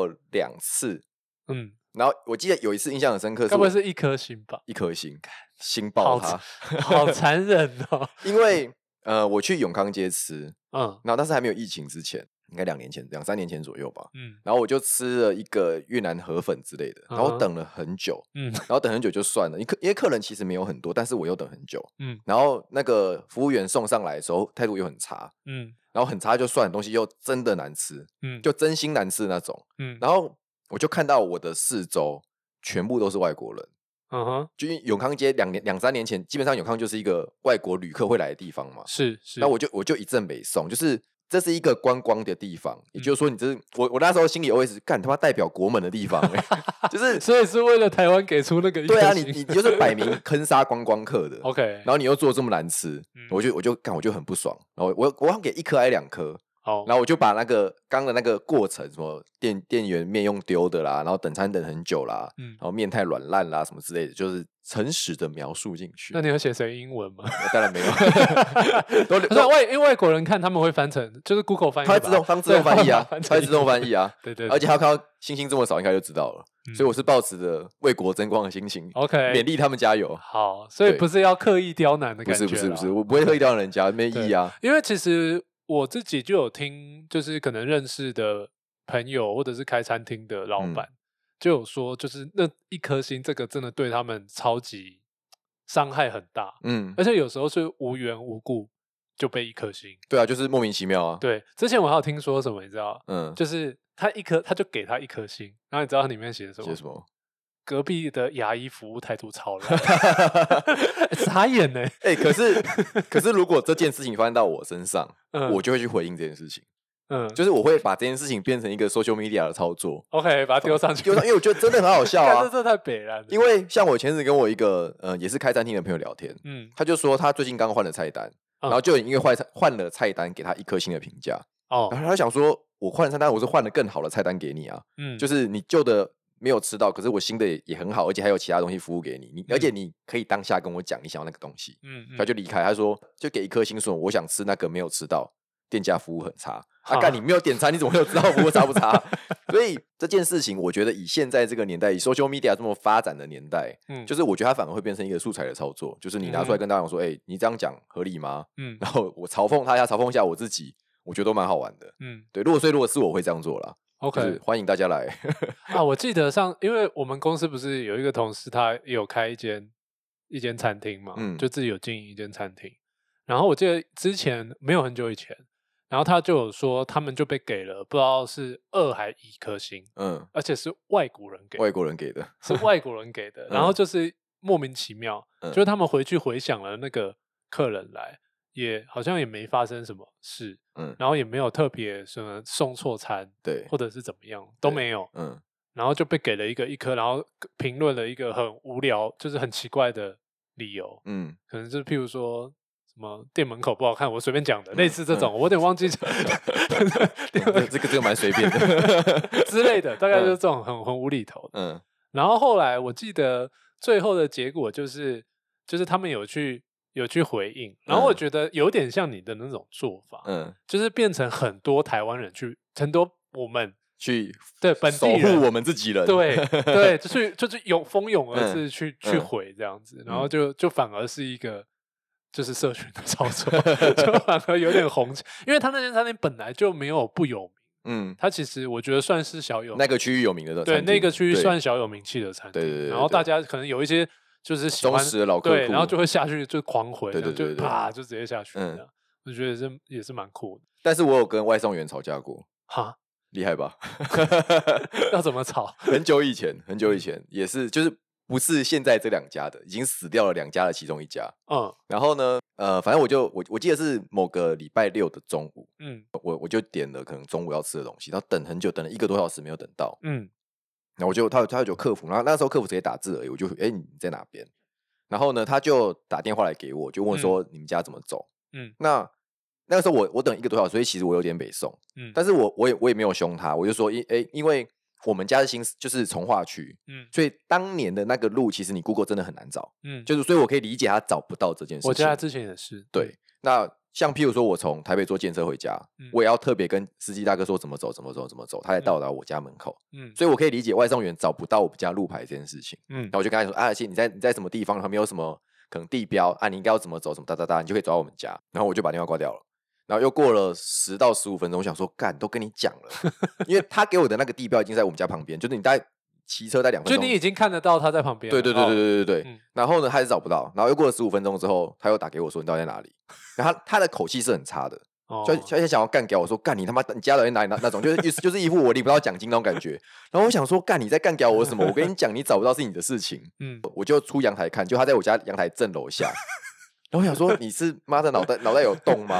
Speaker 2: 过两次，
Speaker 1: 嗯，
Speaker 2: 然后我记得有一次印象很深刻，
Speaker 1: 该不会
Speaker 2: 我
Speaker 1: 是一颗星 吧？
Speaker 2: 一颗星，星
Speaker 1: 好
Speaker 2: 爆它，
Speaker 1: 好残忍哦。
Speaker 2: 因为呃我去永康街吃，
Speaker 1: 嗯
Speaker 2: 然后但是还没有疫情之前，应该两年前两三年前左右吧。
Speaker 1: 嗯
Speaker 2: 然后我就吃了一个越南河粉之类的，
Speaker 1: 嗯
Speaker 2: 然后
Speaker 1: 哼
Speaker 2: 等了很久，
Speaker 1: 嗯
Speaker 2: 然后等很久就算了，因客因为客人其实没有很多，但是我又等很久，
Speaker 1: 嗯
Speaker 2: 然后那个服务员送上来的时候态度又很差，
Speaker 1: 嗯
Speaker 2: 然后很差就算，东西又真的难吃，
Speaker 1: 嗯，
Speaker 2: 就真心难吃那种。
Speaker 1: 嗯
Speaker 2: 然后我就看到我的四周全部都是外国人，
Speaker 1: 嗯哼，
Speaker 2: 就因为永康街两年两三年前，基本上永康就是一个外国旅客会来的地方嘛。
Speaker 1: 是是。
Speaker 2: 那我就我就一阵美送，就是这是一个观光的地方，也
Speaker 1: 嗯
Speaker 2: 就是说你这是我我那时候心里 always 干他妈代表国门的地方、欸， 就是
Speaker 1: 所以是为了台湾给出那个一
Speaker 2: 对啊，
Speaker 1: 颗
Speaker 2: 你
Speaker 1: 星
Speaker 2: 你就是摆明坑杀观光客的。
Speaker 1: OK，
Speaker 2: 然后你又做这么难吃，
Speaker 1: 嗯
Speaker 2: 我就我就干我就很不爽，然后我我要给一颗还两颗，
Speaker 1: 好，
Speaker 2: 然后我就把那个刚的那个过程，什么店店员面用丢的啦，然后等餐等很久啦，
Speaker 1: 嗯
Speaker 2: 然，后面太软烂啦，什么之类的，就是诚实的描述进去
Speaker 1: 那。你有写成英文吗？
Speaker 2: 当然没 有， 都
Speaker 1: 不是啊
Speaker 2: 都
Speaker 1: 外，因为外国人看他们会翻成，就是 Google 翻译
Speaker 2: 它
Speaker 1: 吧，
Speaker 2: 会自动它自动翻译啊，
Speaker 1: 对
Speaker 2: 它会自动翻译。啊，
Speaker 1: 对对，对
Speaker 2: 而且他看到星星这么少，应该就知道
Speaker 1: 嗯
Speaker 2: 了。
Speaker 1: 哦
Speaker 2: 所以我是抱持着为国争光的心情，勉
Speaker 1: OK
Speaker 2: 励他们加油。
Speaker 1: 好，所以
Speaker 2: 对
Speaker 1: 不是要刻意刁难的
Speaker 2: 不
Speaker 1: 感觉，
Speaker 2: 是不是不是，，我不会特意刁难人家，没意义啊。
Speaker 1: 因为其实我自己就有听，就是可能认识的朋友或者是开餐厅的老板、
Speaker 2: 嗯
Speaker 1: 就有说，就是那一颗星这个真的对他们超级伤害很大，
Speaker 2: 嗯，
Speaker 1: 而且有时候是无缘无故就被一颗星。
Speaker 2: 对啊，就是莫名其妙啊。
Speaker 1: 对，之前我还有听说什么，你知道，
Speaker 2: 嗯，
Speaker 1: 就是他一颗他就给他一颗星，然后你知道它里面写什么
Speaker 2: 写？什么？
Speaker 1: 隔壁的牙医服务态度超 烂，傻眼呢、
Speaker 2: 哎、可是可是，如果这件事情发生到我身上，
Speaker 1: 嗯，
Speaker 2: 我就会去回应这件事情，
Speaker 1: 嗯
Speaker 2: 就是我会把这件事情变成一个 social media 的操作，
Speaker 1: OK 把它丢上去，
Speaker 2: 丢 上，因为我觉得真的很好笑
Speaker 1: 干这
Speaker 2: 啊。
Speaker 1: 这太北了，
Speaker 2: 因为像我前阵子跟我一个呃也是开餐厅的朋友聊天，
Speaker 1: 嗯
Speaker 2: 他就说他最近刚换了菜单，
Speaker 1: 嗯
Speaker 2: 然后就因为换菜换了菜单给他一颗星的评价，
Speaker 1: 哦
Speaker 2: 然后他就想说，我换了菜单，我是换了更好的菜单给你啊，
Speaker 1: 嗯
Speaker 2: 就是你旧的没有吃到，可是我新的也也很好，而且还有其他东西服务给你，你而且你可以当下跟我讲你想要那个东西。
Speaker 1: 嗯嗯
Speaker 2: 他就离开。他说就给一颗星说我想吃那个没有吃到，店家服务很差。啊，
Speaker 1: 哈
Speaker 2: 干你没有点餐，你怎么会有知道服务差不 差？所以这件事情，我觉得以现在这个年代，以 social media 这么发展的年代，
Speaker 1: 嗯
Speaker 2: 就是我觉得它反而会变成一个素材的操作，就是你拿出来跟大家讲说，哎、你这样讲合理吗？
Speaker 1: 嗯
Speaker 2: 然后我嘲讽他一下，嘲讽一下我自己，我觉得都蛮好玩的。
Speaker 1: 嗯
Speaker 2: 对，如果所以如果是我会这样做啦，就
Speaker 1: OK
Speaker 2: 是欢迎大家来。
Speaker 1: 啊，我记得上，因为我们公司不是有一个同事，他也有开一间一间餐厅嘛，
Speaker 2: 嗯
Speaker 1: 就自己有经营一间餐厅。然后我记得之前没有很久以前，然后他就有说，他们就被给了不知道是二还一颗星，
Speaker 2: 嗯，
Speaker 1: 而且是外国人给的，
Speaker 2: 外国人给的，
Speaker 1: 是外国人给 的，然后就是莫名其妙，
Speaker 2: 嗯
Speaker 1: 就是他们回去回想了那个客人来，也好像也没发生什么事，
Speaker 2: 嗯，
Speaker 1: 然后也没有特别什么送错餐
Speaker 2: 对，
Speaker 1: 或者是怎么样都
Speaker 2: 对
Speaker 1: 没有，
Speaker 2: 嗯，
Speaker 1: 然后就被给了一个一颗，然后评论了一个很无聊，就是很奇怪的理由，
Speaker 2: 嗯，
Speaker 1: 可能就是譬如说什么店门口不好看，我随便讲的，
Speaker 2: 嗯
Speaker 1: 类似这种，我有点忘记店门
Speaker 2: 这个
Speaker 1: 口
Speaker 2: 这个这个蛮随便的，
Speaker 1: 之类的，大概就是这种很很无厘头的。
Speaker 2: 嗯
Speaker 1: 然后后来我记得最后的结果就是，就是他们有去有去回应，然后我
Speaker 2: 嗯
Speaker 1: 觉得有点像你的那种做法，
Speaker 2: 嗯，
Speaker 1: 就是变成很多台湾人去，很多我们
Speaker 2: 去
Speaker 1: 对本
Speaker 2: 守
Speaker 1: 地人
Speaker 2: 护我们自己人，
Speaker 1: 对对，就是就是涌蜂拥而至去、去
Speaker 2: 嗯
Speaker 1: 毁这样子，然后
Speaker 2: 嗯
Speaker 1: 就就反而是一个就是社群的操 作，就反而有点红起，因为他那间餐厅本来就没有不有名，
Speaker 2: 嗯，
Speaker 1: 他其实我觉得算是小有
Speaker 2: 那个区域有名的
Speaker 1: 对
Speaker 2: 餐厅
Speaker 1: 那个区域
Speaker 2: 对
Speaker 1: 算小有名气的餐厅，
Speaker 2: 对对对
Speaker 1: 然后
Speaker 2: 对
Speaker 1: 大家可能有一些就是喜
Speaker 2: 忠
Speaker 1: 欢
Speaker 2: 实的老客
Speaker 1: 对，
Speaker 2: 户
Speaker 1: 然后就会下去就狂回这
Speaker 2: 对
Speaker 1: 样，
Speaker 2: 对对对
Speaker 1: 就
Speaker 2: 对
Speaker 1: 啪就直接下去这
Speaker 2: 嗯
Speaker 1: 样，我觉得是也是蛮酷的
Speaker 2: 但是我有跟外送员吵架过，
Speaker 1: 哈，
Speaker 2: 厉害吧？
Speaker 1: 要怎么炒？
Speaker 2: 很久以前，很久以前也是，就是不是现在这两家的，已经死掉了两家的其中一家。
Speaker 1: 嗯
Speaker 2: 然后呢，呃，反正我就我我记得是某个礼拜六的中午，
Speaker 1: 嗯
Speaker 2: 我我就点了可能中午要吃的东西，然后等很久，等了一个多小时没有等到，
Speaker 1: 嗯
Speaker 2: 然后我就他有他有客服，然后那时候客服直接打字而已，我就哎、你在哪边？然后呢，他就打电话来给我，就问说你们家怎么走？
Speaker 1: 嗯
Speaker 2: 那那个时候我我等一个多小时，所以其实我有点北宋，
Speaker 1: 嗯，
Speaker 2: 但是我我也我也没有凶他，我就说因哎、因为我们家是新就是从化区，
Speaker 1: 嗯
Speaker 2: 所以当年的那个路其实你 Google 真的很难找，
Speaker 1: 嗯，
Speaker 2: 就是所以我可以理解他找不到这件事情。
Speaker 1: 我家之前也是，
Speaker 2: 对，那像譬如说，我从台北坐电车回家，
Speaker 1: 嗯
Speaker 2: 我也要特别跟司机大哥说怎么走，怎么走，怎么走，他才到达我家门口。
Speaker 1: 嗯
Speaker 2: 所以我可以理解外送员找不到我们家路牌这件事情。
Speaker 1: 嗯
Speaker 2: 然后我就跟他说啊，姐，你在你在什么地方？他没有什么可能地标啊，你应该要怎么走，怎么哒哒哒，你就可以走到我们家。然后我就把电话挂掉了。然后又过了十到十五分钟，我想说干都跟你讲了，因为他给我的那个地标已经在我们家旁边，就是你大概骑车在两分
Speaker 1: 就
Speaker 2: 钟，
Speaker 1: 你已经看得到他在旁边了，
Speaker 2: 对对对
Speaker 1: 哦，
Speaker 2: 对对对对。
Speaker 1: 嗯
Speaker 2: 然后呢，他还是找不到。然后又过了十五分钟之后，他又打给我说：“你到底在哪里？” 然后他他的口气是很差的，
Speaker 1: 哦
Speaker 2: 就而且想要干掉我说：“干你他妈，你家人在哪里？”那那种就是意思就是一副我领不到奖金那种感觉。 然后我想说：“干你在干掉我什么？我跟你讲，你找不到是你的事情。
Speaker 1: 嗯”
Speaker 2: 我就出阳台看，就他在我家阳台正楼下。然后我想说：“你 是妈的脑袋脑袋有洞吗？”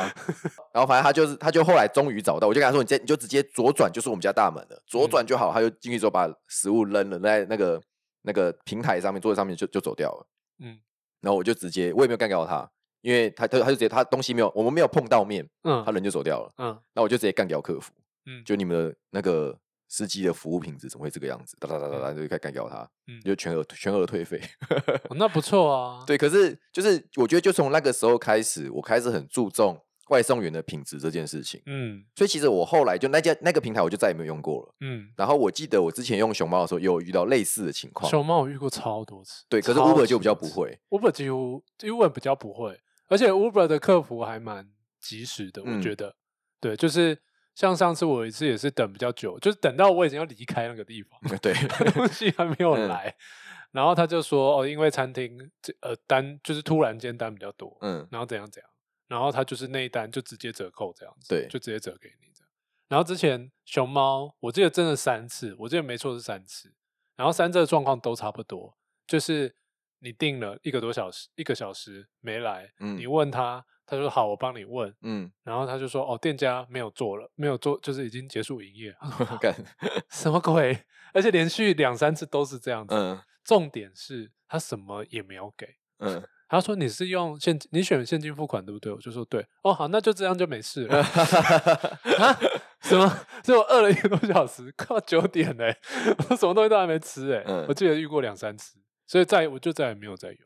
Speaker 2: 然后反正他就是他就后来终于找到，我就跟他说：“你直接你就直接左转就是我们家大门了，左
Speaker 1: 嗯
Speaker 2: 转就好。”他就进去之后把食物扔了在那个那个平台上面桌子上面就就走掉了。
Speaker 1: 嗯
Speaker 2: 然后我就直接我也没有干掉他，因为他他他就直接他东西没有，我们没有碰到面，他
Speaker 1: 嗯
Speaker 2: 人就走掉了。
Speaker 1: 嗯
Speaker 2: 那我就直接干掉客服，
Speaker 1: 嗯，
Speaker 2: 就你们的那个司机的服务品质怎么会这个样子？哒哒哒哒哒，就开始干掉他，
Speaker 1: 嗯
Speaker 2: 就全额全额退费。
Speaker 1: 哦那不错啊，
Speaker 2: 对，可是就是我觉得就从那个时候开始，我开始很注重外送员的品质这件事情，
Speaker 1: 嗯
Speaker 2: 所以其实我后来就那家那个平台我就再也没有用过了。
Speaker 1: 嗯，
Speaker 2: 然后我记得我之前用熊猫的时候，也有遇到类似的情况。
Speaker 1: 熊猫我遇过超多次，
Speaker 2: 对，可是
Speaker 1: 超
Speaker 2: Uber
Speaker 1: 级
Speaker 2: 就比较
Speaker 1: 多
Speaker 2: 不
Speaker 1: 次
Speaker 2: 会。
Speaker 1: ，Uber 几乎 Uber 比较不会，而且 Uber 的客服还蛮及时的，我
Speaker 2: 嗯
Speaker 1: 觉得，对，就是像上次我有一次也是等比较久，就是等到我已经要离开那个地方，
Speaker 2: 对，
Speaker 1: 东西还没有
Speaker 2: 嗯
Speaker 1: 来，然后他就说哦，因为餐厅这呃单就是突然间单比较多，
Speaker 2: 嗯，
Speaker 1: 然后怎样怎样，然后他就是那一单就直接折扣这样子，
Speaker 2: 对
Speaker 1: 就直接折给你这样。然后之前熊猫，我记得真的三次，我记得没错是三次，然后三次的状况都差不多，就是你订了一个多小时，一个小时没来，
Speaker 2: 嗯
Speaker 1: 你问他，他说好，我帮你问，
Speaker 2: 嗯，
Speaker 1: 然后他就说哦，店家没有做了，没有做，就是已经结束营业，
Speaker 2: 干，
Speaker 1: 什么鬼？ 而且连续两三次都是这样子，
Speaker 2: 嗯
Speaker 1: 重点是他什么也没有给。
Speaker 2: 嗯。
Speaker 1: 他说你是用现金，你选现金付款对不对？我就说对。哦，好，那就这样就没事了。 啊？什么？所以我饿了一个多小时，快九点嘞、我什么东西都还没吃哎、
Speaker 2: 嗯
Speaker 1: 我记得遇过两三次，所以再我就再也没有再用。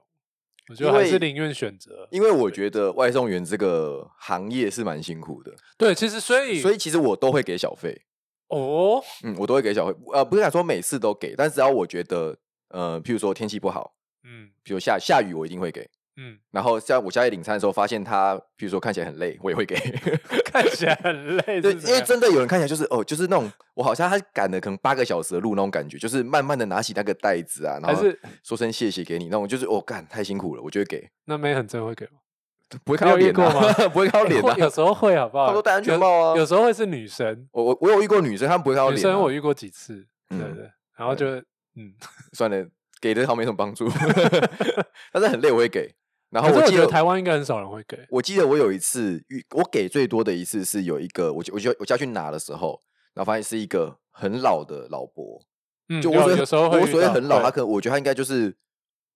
Speaker 1: 我觉得
Speaker 2: 因
Speaker 1: 还是
Speaker 2: 为
Speaker 1: 宁愿选择。
Speaker 2: 因为我觉得外送员这个行业是蛮辛苦的，
Speaker 1: 对，其实所以
Speaker 2: 所以其实我都会给小费，
Speaker 1: 哦，
Speaker 2: 嗯，我都会给小费，呃，不是想说每次都给，但只要我觉得，呃，譬如说天气不好，
Speaker 1: 嗯
Speaker 2: 比如下下雨，我一定会给。
Speaker 1: 嗯，
Speaker 2: 然后像我下去领餐的时候，发现他，譬如说看起来很累，我也 会给。
Speaker 1: 看起来很累，
Speaker 2: 对，
Speaker 1: 是
Speaker 2: 因
Speaker 1: 怎
Speaker 2: 为
Speaker 1: 样
Speaker 2: 真的有人看起来就是哦，就是那种我好像他赶了可能八个小时的路那种感觉，就是慢慢的拿起那个袋子啊，然
Speaker 1: 还
Speaker 2: 后
Speaker 1: 是
Speaker 2: 说声谢谢给你那种，就是哦，干太辛苦了，我就会给，
Speaker 1: 那妹很真会给吗？
Speaker 2: 不会看到
Speaker 1: 你有遇
Speaker 2: 脸啊
Speaker 1: 过吗 哎
Speaker 2: 不会看到脸
Speaker 1: 会 有
Speaker 2: 啊。
Speaker 1: 时候会好不好？
Speaker 2: 他都戴安全
Speaker 1: 有
Speaker 2: 帽啊
Speaker 1: 有时候会是女生，
Speaker 2: 我我我有遇过女生，她们不会看到
Speaker 1: 女
Speaker 2: 脸啊、
Speaker 1: 生我遇过几次，对
Speaker 2: 嗯
Speaker 1: 对，然后就嗯，
Speaker 2: 算了，给的好像没什么帮助， 但是很累我会给。然后
Speaker 1: 可是
Speaker 2: 我
Speaker 1: 我
Speaker 2: 记
Speaker 1: 觉得
Speaker 2: 得
Speaker 1: 台湾应该很少人会给，
Speaker 2: 我记得我有一次遇，我给最多的一次是有一个，我就我就我家去拿的时候，然后发现是一个很老的老伯，
Speaker 1: 嗯，
Speaker 2: 就我
Speaker 1: 有
Speaker 2: 所谓
Speaker 1: 有时候会
Speaker 2: 我
Speaker 1: 遇
Speaker 2: 所谓
Speaker 1: 到
Speaker 2: 很老，
Speaker 1: 对
Speaker 2: 他可能我觉得他应该就是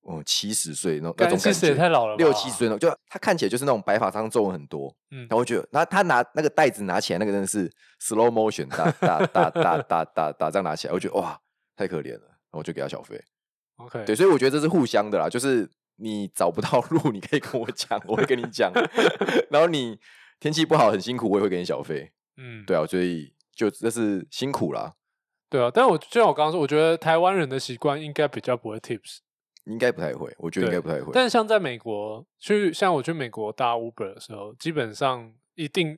Speaker 2: 嗯七十岁那种那
Speaker 1: 干
Speaker 2: 种
Speaker 1: 其
Speaker 2: 感
Speaker 1: 实也
Speaker 2: 觉，
Speaker 1: 太老了吧，
Speaker 2: 六七十岁那种，就他看起来就是那种白发苍皱纹很多，
Speaker 1: 嗯
Speaker 2: 然后我觉得，那他拿那个袋子拿起来，那个真的是 slow motion 打打打打打打打这样拿起来，我觉得哇太可怜了，然后我就给他小费。
Speaker 1: ，OK，
Speaker 2: 对，所以我觉得这是互相的啦，就是你找不到路，你可以跟我讲，我会跟你 讲。然后你天气不好很辛苦，我也会给你小费。
Speaker 1: 嗯，
Speaker 2: 对啊，所以就这是辛苦啦，
Speaker 1: 对啊，但我就像我刚刚说，我觉得台湾人的习惯应该比较不会 tips，
Speaker 2: 应该不太会，我觉得应
Speaker 1: 对
Speaker 2: 该不太会。
Speaker 1: 但像在美国去，像我去美国搭 Uber 的时候，基本上一定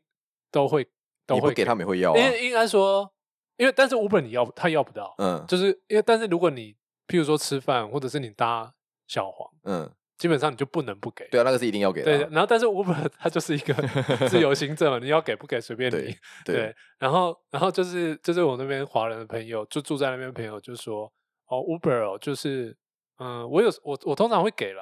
Speaker 1: 都会都
Speaker 2: 你
Speaker 1: 会
Speaker 2: 不给他，们也会要啊
Speaker 1: 因。为应该说，因为但是 Uber 你要他要不到，
Speaker 2: 嗯
Speaker 1: 就是因为但是如果你譬如说吃饭或者是你搭小黄，
Speaker 2: 嗯，
Speaker 1: 基本上你就不能不给。
Speaker 2: 对啊，那个是一定要给
Speaker 1: 对
Speaker 2: 的啊。
Speaker 1: 然后但是 Uber 它就是一 个自由行政嘛，你要给不给随便你
Speaker 2: 对。对，
Speaker 1: 然后然后就是就是我那边华人的朋友，就住在那边的朋友就说，哦，Uber 哦，就是嗯，我有我我通常会给啦，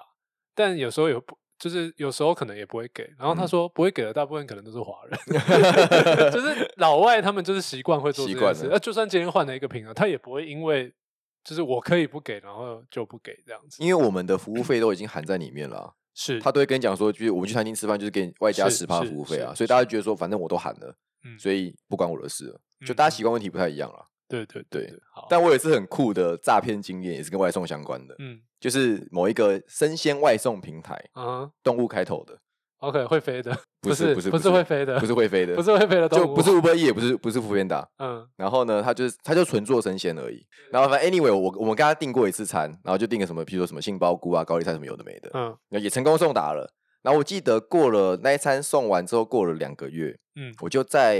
Speaker 1: 但有时候也不。就是有时候可能也不会给，然后他
Speaker 2: 嗯
Speaker 1: 说不会给的大部分可能都是华 人，就是老外他们就是习惯会做这
Speaker 2: 习
Speaker 1: 件
Speaker 2: 惯
Speaker 1: 事。
Speaker 2: 了
Speaker 1: 那、就算今天换了一个平衡，他也不会因为就是我可以不给，然后就不给这样子。
Speaker 2: 因为我们的服务费都已经含在里面了啊。
Speaker 1: 是，
Speaker 2: 他都会跟你讲说，就是我们去餐厅吃饭就是给你外加
Speaker 1: 是
Speaker 2: 十趴
Speaker 1: 是
Speaker 2: 服务费啊，
Speaker 1: 是
Speaker 2: 所以大家觉得说反正我都喊了，
Speaker 1: 嗯
Speaker 2: 所以不关我的事了，就
Speaker 1: 嗯
Speaker 2: 大
Speaker 1: 嗯
Speaker 2: 家习惯问题不太一样了。
Speaker 1: 对对
Speaker 2: 对
Speaker 1: 对，好，
Speaker 2: 但我有一次很酷的诈骗经验，也是跟外送相关的，
Speaker 1: 嗯
Speaker 2: 就是某一个生鲜外送平台，
Speaker 1: 啊
Speaker 2: 动物开头的，
Speaker 1: ，OK，会飞的，
Speaker 2: 不
Speaker 1: 是
Speaker 2: 不是
Speaker 1: 不
Speaker 2: 是
Speaker 1: 会飞的，
Speaker 2: 不是会飞的，
Speaker 1: 不是会飞的动
Speaker 2: 就
Speaker 1: 物，
Speaker 2: 不是 Uber E，也不是不是福建达。
Speaker 1: 嗯
Speaker 2: 然后呢，他就是他就纯做生鲜而已。然后反正 anyway，我我们跟他订过一次餐，然后就订个什么，譬如说什么杏鲍菇啊、高丽菜什么有的没的，
Speaker 1: 嗯
Speaker 2: 那也成功送达了。然后我记得过了那一餐送完之后，过了两个月，
Speaker 1: 嗯
Speaker 2: 我就在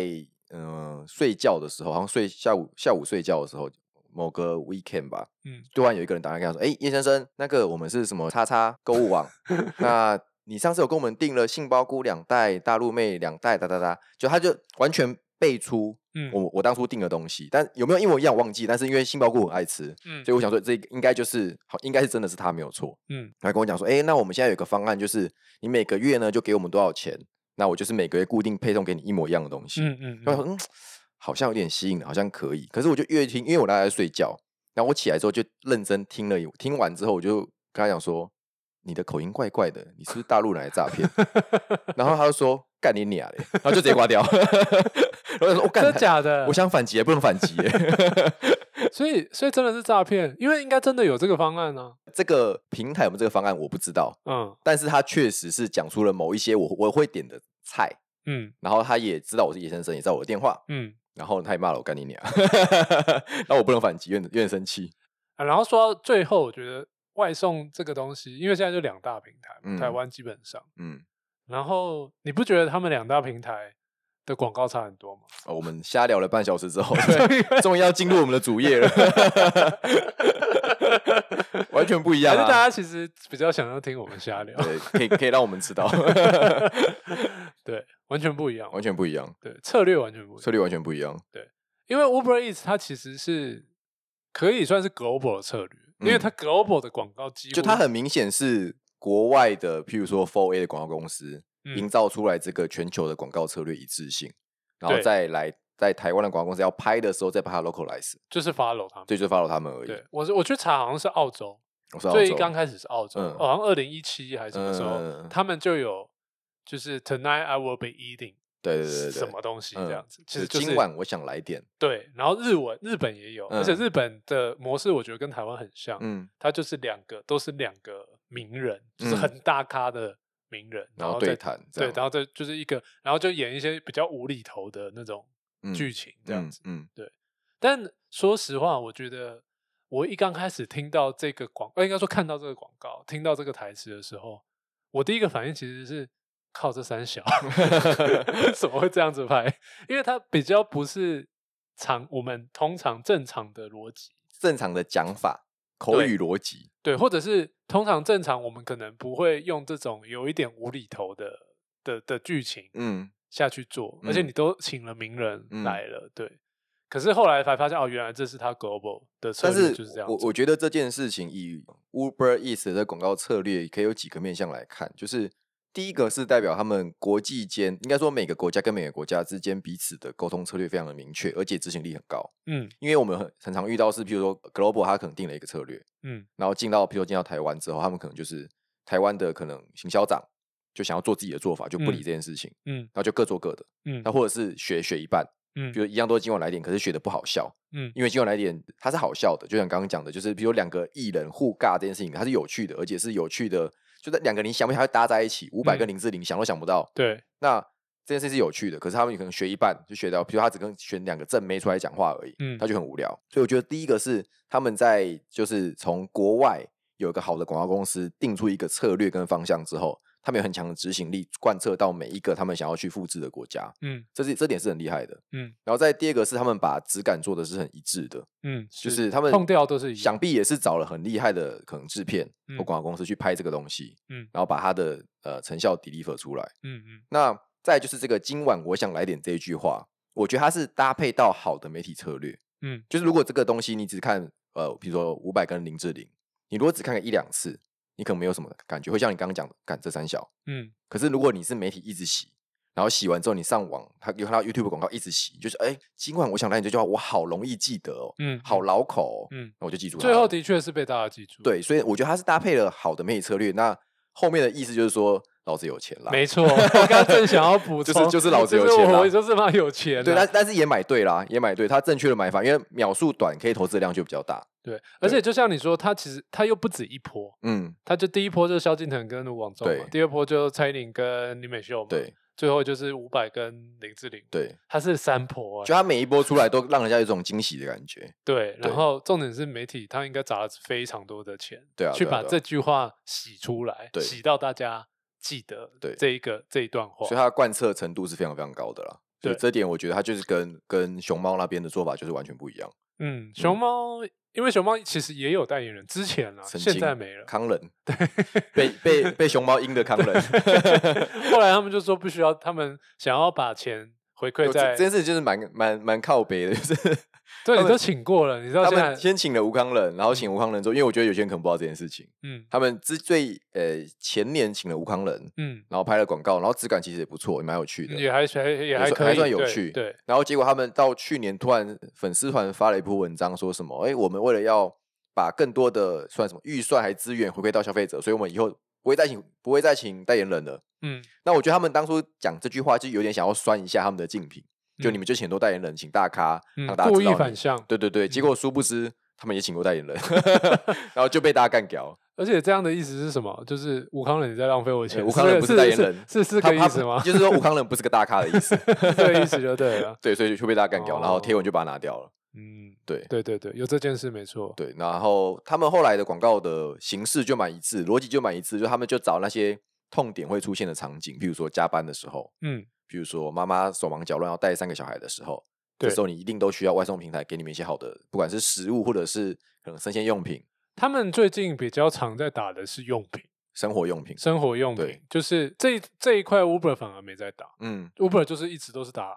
Speaker 2: 嗯、呃睡觉的时候，好像睡下午下午睡觉的时候，某个 weekend 吧，
Speaker 1: 嗯
Speaker 2: 突然有一个人打电话跟他说：“哎、叶先生，那个我们是什么叉叉购 物网，那你上次有跟我们订了杏鲍菇两袋、大陆妹两袋，哒哒哒。”就他就完全背出
Speaker 1: 嗯，
Speaker 2: 我我当初订的东西，但有没有一模一样我忘记，但是因为杏鲍菇我很爱吃，
Speaker 1: 嗯
Speaker 2: 所以我想说这应该就是好，应该是真的是他没有错。
Speaker 1: 嗯
Speaker 2: 他跟我讲说，哎、那我们现在有个方案，就是你每个月呢就给我们多少钱，那我就是每个月固定配送给你一模一样的东西。
Speaker 1: 嗯嗯
Speaker 2: 然
Speaker 1: 嗯
Speaker 2: 后我想嗯，好像有点吸引人，好像可以。可是我就越听，因为我那时候在睡觉，然后我起来之后就认真听了一，听完之后我就跟他讲说，你的口音怪怪的，你是不是大陆来的诈 骗？然后他就说干你娘嘞，然后就直接挂 掉。然后我就说，我、哦
Speaker 1: 真
Speaker 2: 干
Speaker 1: 的假的？
Speaker 2: 我想反击也不能反击耶。
Speaker 1: 所以所以真的是诈骗，因为应该真的有这个方案呢、
Speaker 2: 这个平台有没有这个方案我不知道，
Speaker 1: 啊。
Speaker 2: 但是他确实是讲出了某一些我我会点的菜，
Speaker 1: 嗯
Speaker 2: 然后他也知道我是叶先生，也知道我的电话，
Speaker 1: 嗯嗯、
Speaker 2: 然后他也骂了我干你娘， 那我不能反击，有点有点生气。
Speaker 1: 啊然后说到最后，我觉得外送这个东西，因为现在就两大平台嘛，
Speaker 2: 嗯
Speaker 1: 台湾基本上，
Speaker 2: 嗯，
Speaker 1: 然后你不觉得他们两大平台的广告差很多吗？
Speaker 2: 哦我们瞎聊了半小时之后，终于要进入我们的主页了，完全 不一
Speaker 1: 还
Speaker 2: 样
Speaker 1: 是大
Speaker 2: 啊！
Speaker 1: 家其实比较想要听我们瞎聊？
Speaker 2: 对，可以可以让我们知道，
Speaker 1: 对，完全不一样，
Speaker 2: 完全不一样，
Speaker 1: 对策略完全不一样
Speaker 2: 策。略完全不一样。
Speaker 1: 因为 Uber Eats 它其实是可以算是 global 的策略，因为
Speaker 2: 嗯
Speaker 1: 它 global 的广告几乎
Speaker 2: 就它很明显是国外的，譬如说 Four A 的广告公司，
Speaker 1: 嗯
Speaker 2: 营造出来这个全球的广告策略一致性，然后
Speaker 1: 对
Speaker 2: 再来在台湾的广告公司要拍的时候再把它 localize，
Speaker 1: 就是 follow 他们。
Speaker 2: 这就是 follow 他们而已。
Speaker 1: 对，我是我去查，好像是澳洲，
Speaker 2: 我说
Speaker 1: 最
Speaker 2: 澳洲
Speaker 1: 刚开始是澳洲，哦
Speaker 2: 嗯
Speaker 1: 好像二零一七还是什么时候，
Speaker 2: 嗯
Speaker 1: 他们就有就是 Tonight I will be eating
Speaker 2: 对对对对对
Speaker 1: 什么东西
Speaker 2: 嗯
Speaker 1: 这样子，其
Speaker 2: 就
Speaker 1: 实
Speaker 2: 是
Speaker 1: 就是
Speaker 2: 今晚我想来点，
Speaker 1: 对。然后日文日本也有，而且
Speaker 2: 嗯
Speaker 1: 日本的模式我觉得跟台湾很像，
Speaker 2: 嗯，
Speaker 1: 它就是两个都是两个名人，就是
Speaker 2: 嗯
Speaker 1: 很大咖的名人，
Speaker 2: 然后
Speaker 1: 再
Speaker 2: 对谈这
Speaker 1: 对，
Speaker 2: 样，
Speaker 1: 然后这就是一个，然后就演一些比较无厘头的那种
Speaker 2: 嗯
Speaker 1: 剧情这样子。
Speaker 2: 嗯，
Speaker 1: 但说实话，我觉得我一刚开始听到这个广，呃，应该说看到这个广告，听到这个台词的时候，我第一个反应其实是靠这三 小怎么会这样子拍？因为它比较不是常我们通常正常的逻辑，
Speaker 2: 正常的讲法、口
Speaker 1: 嗯对
Speaker 2: 语逻辑，
Speaker 1: 对，或者是通常正常我们可能不会用这种有一点无厘头的的的剧情，
Speaker 2: 嗯，
Speaker 1: 下去做，而且
Speaker 2: 嗯
Speaker 1: 你都请了名人
Speaker 2: 嗯
Speaker 1: 来了，对。可是后来才发现，哦，原来这是他 global 的策
Speaker 2: 但
Speaker 1: 略，
Speaker 2: 是
Speaker 1: 就是这样
Speaker 2: 我
Speaker 1: 子。
Speaker 2: 我觉得这件事情以 Uber Eats 的广告策略可以有几个面向来看，就是第一个是代表他们国际间，应该说每个国家跟每个国家之间彼此的沟通策略非常的明确，而且执行力很高。
Speaker 1: 嗯
Speaker 2: 因为我们很很常遇到是，譬如说 Global 它可能定了一个策略，
Speaker 1: 嗯
Speaker 2: 然后进到譬如说进到台湾之后，他们可能就是台湾的可能行销长就想要做自己的做法，就不理
Speaker 1: 嗯
Speaker 2: 这件事情，
Speaker 1: 嗯
Speaker 2: 然后就各做各的。
Speaker 1: 嗯
Speaker 2: 那或者是学学一半，
Speaker 1: 嗯
Speaker 2: 比如一样都是今晚来点，可是学的不好笑，
Speaker 1: 嗯
Speaker 2: 因为今晚来点它是好笑的，就像刚刚讲的，就是比如两个艺人互尬这件事情，它是有趣的，而且是有趣的，就是两个你想不想要搭在一起，五百
Speaker 1: 嗯
Speaker 2: 跟林志玲想都想不到，
Speaker 1: 对，
Speaker 2: 那这件事是有趣的，可是他们可能学一半就学到，比如他只跟选两个正妹出来讲话而已，
Speaker 1: 嗯
Speaker 2: 他就很无聊。所以我觉得第一个是他们在就是从国外有一个好的广告公司定出一个策略跟方向之后，他们有很强的执行力，贯彻到每一个他们想要去复制的国家，
Speaker 1: 嗯
Speaker 2: 这是这点是很厉害的。
Speaker 1: 嗯，
Speaker 2: 然后再第二个是他们把质感做的是很一致的，
Speaker 1: 嗯，
Speaker 2: 就是他们
Speaker 1: 痛调都是一
Speaker 2: 想
Speaker 1: 样
Speaker 2: 必也是找了很厉害的可能制片或
Speaker 1: 嗯
Speaker 2: 广告公司去拍这个东西，
Speaker 1: 嗯
Speaker 2: 然后把它的呃成效 deliver 出来。
Speaker 1: 嗯嗯
Speaker 2: 那再来就是这个今晚我想来点这一句话，我觉得它是搭配到好的媒体策略。
Speaker 1: 嗯
Speaker 2: 就是如果这个东西你只看呃，比如说伍佰跟林志玲，你如果只看个一两次，你可能没有什么感觉，会像你刚刚讲的，干这三小。
Speaker 1: 嗯
Speaker 2: 可是如果你是媒体一直洗，然后洗完之后你上网，他有看到 YouTube 广告一直洗，就是哎，今晚我想来点这句话，我好容易记得哦，
Speaker 1: 嗯，
Speaker 2: 好牢口、哦，
Speaker 1: 嗯
Speaker 2: 那我就记住它
Speaker 1: 最后
Speaker 2: 了
Speaker 1: 的确是被大家记住，，
Speaker 2: 对，所以我觉得它是搭配了好的媒体策略。那后面的意思就是说，老子有钱啦，
Speaker 1: 没错，我刚正想要补
Speaker 2: 就是
Speaker 1: 充，
Speaker 2: 就是老子有
Speaker 1: 就是
Speaker 2: 钱啦
Speaker 1: 我就是妈有钱啊，
Speaker 2: 对，但但是也买对啦，也买对，它正确的买法，因为秒数短，可以投资的量就比较大。
Speaker 1: 对，而且就像你说，他其实他又不止一波，
Speaker 2: 嗯，
Speaker 1: 他就第一波就是萧敬腾跟卢广仲嘛
Speaker 2: 对，
Speaker 1: 第二波就蔡依林跟李美秀嘛，，
Speaker 2: 对
Speaker 1: 最后就是伍佰跟林志玲，，
Speaker 2: 对，
Speaker 1: 他是三波啊
Speaker 2: 就，它每一波出来都让人家有一种惊喜的感觉。
Speaker 1: 对，
Speaker 2: 对
Speaker 1: 然后重点是媒体他应该砸了非常多的钱，
Speaker 2: 对啊
Speaker 1: 去
Speaker 2: 对啊
Speaker 1: 把
Speaker 2: 对啊
Speaker 1: 这句话洗出来，
Speaker 2: 对
Speaker 1: 洗到大家记得
Speaker 2: 对
Speaker 1: 这一个这一段话
Speaker 2: 所以，它的贯彻程度是非常非常高的啦。所以
Speaker 1: 对
Speaker 2: 这点我觉得它就是跟跟熊猫那边的做法就是完全不一样。
Speaker 1: 嗯，熊猫。因为熊猫其实也有代言人，之前啦，
Speaker 2: 曾
Speaker 1: 现
Speaker 2: 经
Speaker 1: 在没 了。
Speaker 2: 康人，对，被被被熊猫阴的康人，
Speaker 1: 后来他们就说不需要，他们想要把钱回 馈
Speaker 2: 这
Speaker 1: 在
Speaker 2: 这件事就是蛮蛮蛮靠北的，就是
Speaker 1: 对，
Speaker 2: 他
Speaker 1: 你
Speaker 2: 们
Speaker 1: 都请过了，你知道
Speaker 2: 他
Speaker 1: 现
Speaker 2: 们
Speaker 1: 在，
Speaker 2: 先请了吴康人，然后请吴康人之后，因为我觉得有些人可能不知道这件事情，
Speaker 1: 嗯
Speaker 2: 他们之最呃前年请了吴康人，
Speaker 1: 嗯，
Speaker 2: 然后拍了广告，然后质感其实也不错，也蛮有趣的。
Speaker 1: 也还还也还
Speaker 2: 算
Speaker 1: 可以，
Speaker 2: 还算有
Speaker 1: 对
Speaker 2: 趣
Speaker 1: 对，
Speaker 2: 然后结果他们到去年突然粉丝团发了一篇文章，说什么？哎，我们为了要把更多的算什么预算还资源回馈到消费者，所以我们以后不会再请不会再请代言人了。
Speaker 1: 嗯
Speaker 2: 那我觉得他们当初讲这句话，就有点想要酸一下他们的竞品，就
Speaker 1: 嗯
Speaker 2: 你们就请很多代言人，请大咖，
Speaker 1: 嗯
Speaker 2: 让大，家
Speaker 1: 故
Speaker 2: 知
Speaker 1: 意
Speaker 2: 道你
Speaker 1: 反嗯向，
Speaker 2: 对对对，结果殊不知他们也请过代言 人，然后就被大家干掉。
Speaker 1: 而且这样的意思是什么？就是吴康仁你在浪费我钱，
Speaker 2: 吴康仁
Speaker 1: 是
Speaker 2: 不是代言人
Speaker 1: 是是是
Speaker 2: 他
Speaker 1: 这个
Speaker 2: 他
Speaker 1: 意思吗？
Speaker 2: 就是说吴康人不是个大咖的意思，。
Speaker 1: 是这个意思就对了
Speaker 2: 对，所以就被大家干掉，然后贴
Speaker 1: 哦
Speaker 2: 文就把它拿掉了。
Speaker 1: 嗯，
Speaker 2: 对
Speaker 1: 对对对，有这件事没错。
Speaker 2: 对，然后他们后来的广告的形式就蛮一致，逻辑就蛮一致，就他们就找那些痛点会出现的场景，比如说加班的时候，
Speaker 1: 嗯，
Speaker 2: 比如说妈妈手忙脚乱要带三个小孩的时候，这
Speaker 1: 对
Speaker 2: 时候你一定都需要外送平台给你们一些好的，不管是食物或者是可能生鲜用品、
Speaker 1: 他们最近比较常在打的是用品、
Speaker 2: 生活用品。
Speaker 1: 生活用品
Speaker 2: 对，
Speaker 1: 就是这一这一块 Uber 反而没在打
Speaker 2: 嗯，
Speaker 1: ，Uber 就是一直都是打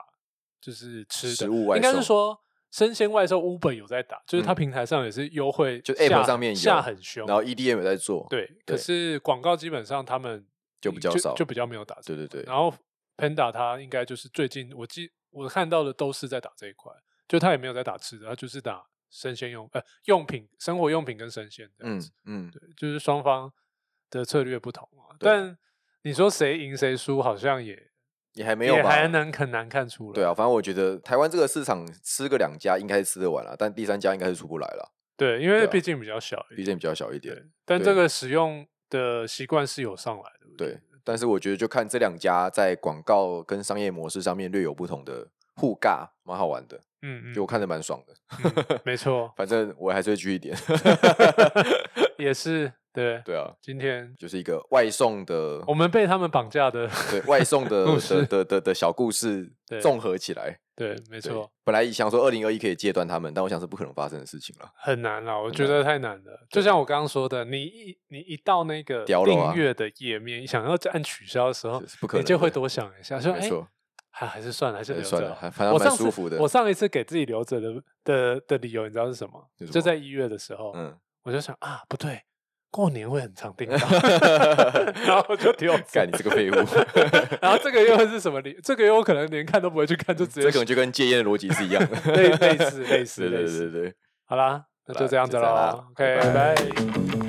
Speaker 1: 就是吃的
Speaker 2: 食物外
Speaker 1: 应该
Speaker 2: 送
Speaker 1: 是说。生鲜外售 Uber 有在打，就是它
Speaker 2: 嗯
Speaker 1: 平台上也是优惠下，
Speaker 2: 就 App 上面有
Speaker 1: 下很凶，
Speaker 2: 然后 EDM 也在做，
Speaker 1: 对，可
Speaker 2: 对
Speaker 1: 是广告基本上他们
Speaker 2: 就比较少
Speaker 1: 就比较没有打这
Speaker 2: 对
Speaker 1: 一块。
Speaker 2: 对对
Speaker 1: 然后 Panda 它应该就是最近我记我看到的都是在打这一块，就它也没有在打吃的，它就是打生鲜用呃用品、生活用品跟生鲜这样
Speaker 2: 嗯
Speaker 1: 子。
Speaker 2: 嗯，
Speaker 1: 对，就是双方的策略不同嘛。
Speaker 2: 对啊
Speaker 1: 但你说谁赢谁输，好像也
Speaker 2: 也还没有
Speaker 1: 也
Speaker 2: 吧？
Speaker 1: 还能很难看出来。
Speaker 2: 对啊，反正我觉得台湾这个市场吃个两家应该是吃得完了，但第三家应该是出不来了，
Speaker 1: 对，因为
Speaker 2: 啊
Speaker 1: 毕竟比较小一
Speaker 2: 毕
Speaker 1: 点，
Speaker 2: 竟比较小一点。
Speaker 1: 对，但这
Speaker 2: 对
Speaker 1: 个使用的习惯是有上来的。我觉
Speaker 2: 对
Speaker 1: 得，，
Speaker 2: 但是我觉得就看这两家在广告跟商业模式上面略有不同的互尬，蛮好玩的，
Speaker 1: 嗯
Speaker 2: 就我看着蛮爽的。 ，
Speaker 1: 嗯，没错
Speaker 2: 反正我还是会去 一点。
Speaker 1: 也是对。
Speaker 2: 对啊，
Speaker 1: 今天
Speaker 2: 就是一个外送的，
Speaker 1: 我们被他们绑架的，
Speaker 2: 对外送的
Speaker 1: 故
Speaker 2: 的
Speaker 1: 事
Speaker 2: 的的的小故事
Speaker 1: 对
Speaker 2: 综合起来。
Speaker 1: 对，没
Speaker 2: 对
Speaker 1: 错，，
Speaker 2: 本来想说二零二一可以戒断他们，但我想是不可能发生的事情了。
Speaker 1: 很难啦，我
Speaker 2: 很
Speaker 1: 觉
Speaker 2: 难
Speaker 1: 得太难了。就像我刚刚说的，你一你一到那个
Speaker 2: 屌了
Speaker 1: 订
Speaker 2: 啊
Speaker 1: 阅的页面，想要按取消的时候
Speaker 2: 这是不
Speaker 1: 哦
Speaker 2: 可，
Speaker 1: 你
Speaker 2: 能
Speaker 1: 就会
Speaker 2: 的
Speaker 1: 多想一下，说
Speaker 2: 没
Speaker 1: 哎，
Speaker 2: 错，
Speaker 1: 还还是算了，还是
Speaker 2: 还
Speaker 1: 留
Speaker 2: 是算
Speaker 1: 着
Speaker 2: 了，
Speaker 1: 好。
Speaker 2: 还反正
Speaker 1: 我
Speaker 2: 蛮
Speaker 1: 上
Speaker 2: 舒
Speaker 1: 次
Speaker 2: 服的
Speaker 1: 我。上一次给自己留着的的的理由，你知道是什么
Speaker 2: 是？什
Speaker 1: 就
Speaker 2: 么
Speaker 1: 在一月的时候，
Speaker 2: 嗯，
Speaker 1: 我就想啊，不对，过年会很常订到， 然后就丢着
Speaker 2: 干你这 个废物，
Speaker 1: 然后这个又是什么？这个又可能连看都不会去看，就直接
Speaker 2: 这可能就跟戒烟的逻辑是一样的。
Speaker 1: 类类似类似
Speaker 2: 对
Speaker 1: 类
Speaker 2: 对
Speaker 1: 似。
Speaker 2: 对对。
Speaker 1: 好啦，那就这样子
Speaker 2: 好啦
Speaker 1: 喽。
Speaker 2: 就这
Speaker 1: OK，
Speaker 2: 样啦
Speaker 1: 拜
Speaker 2: 拜
Speaker 1: 拜。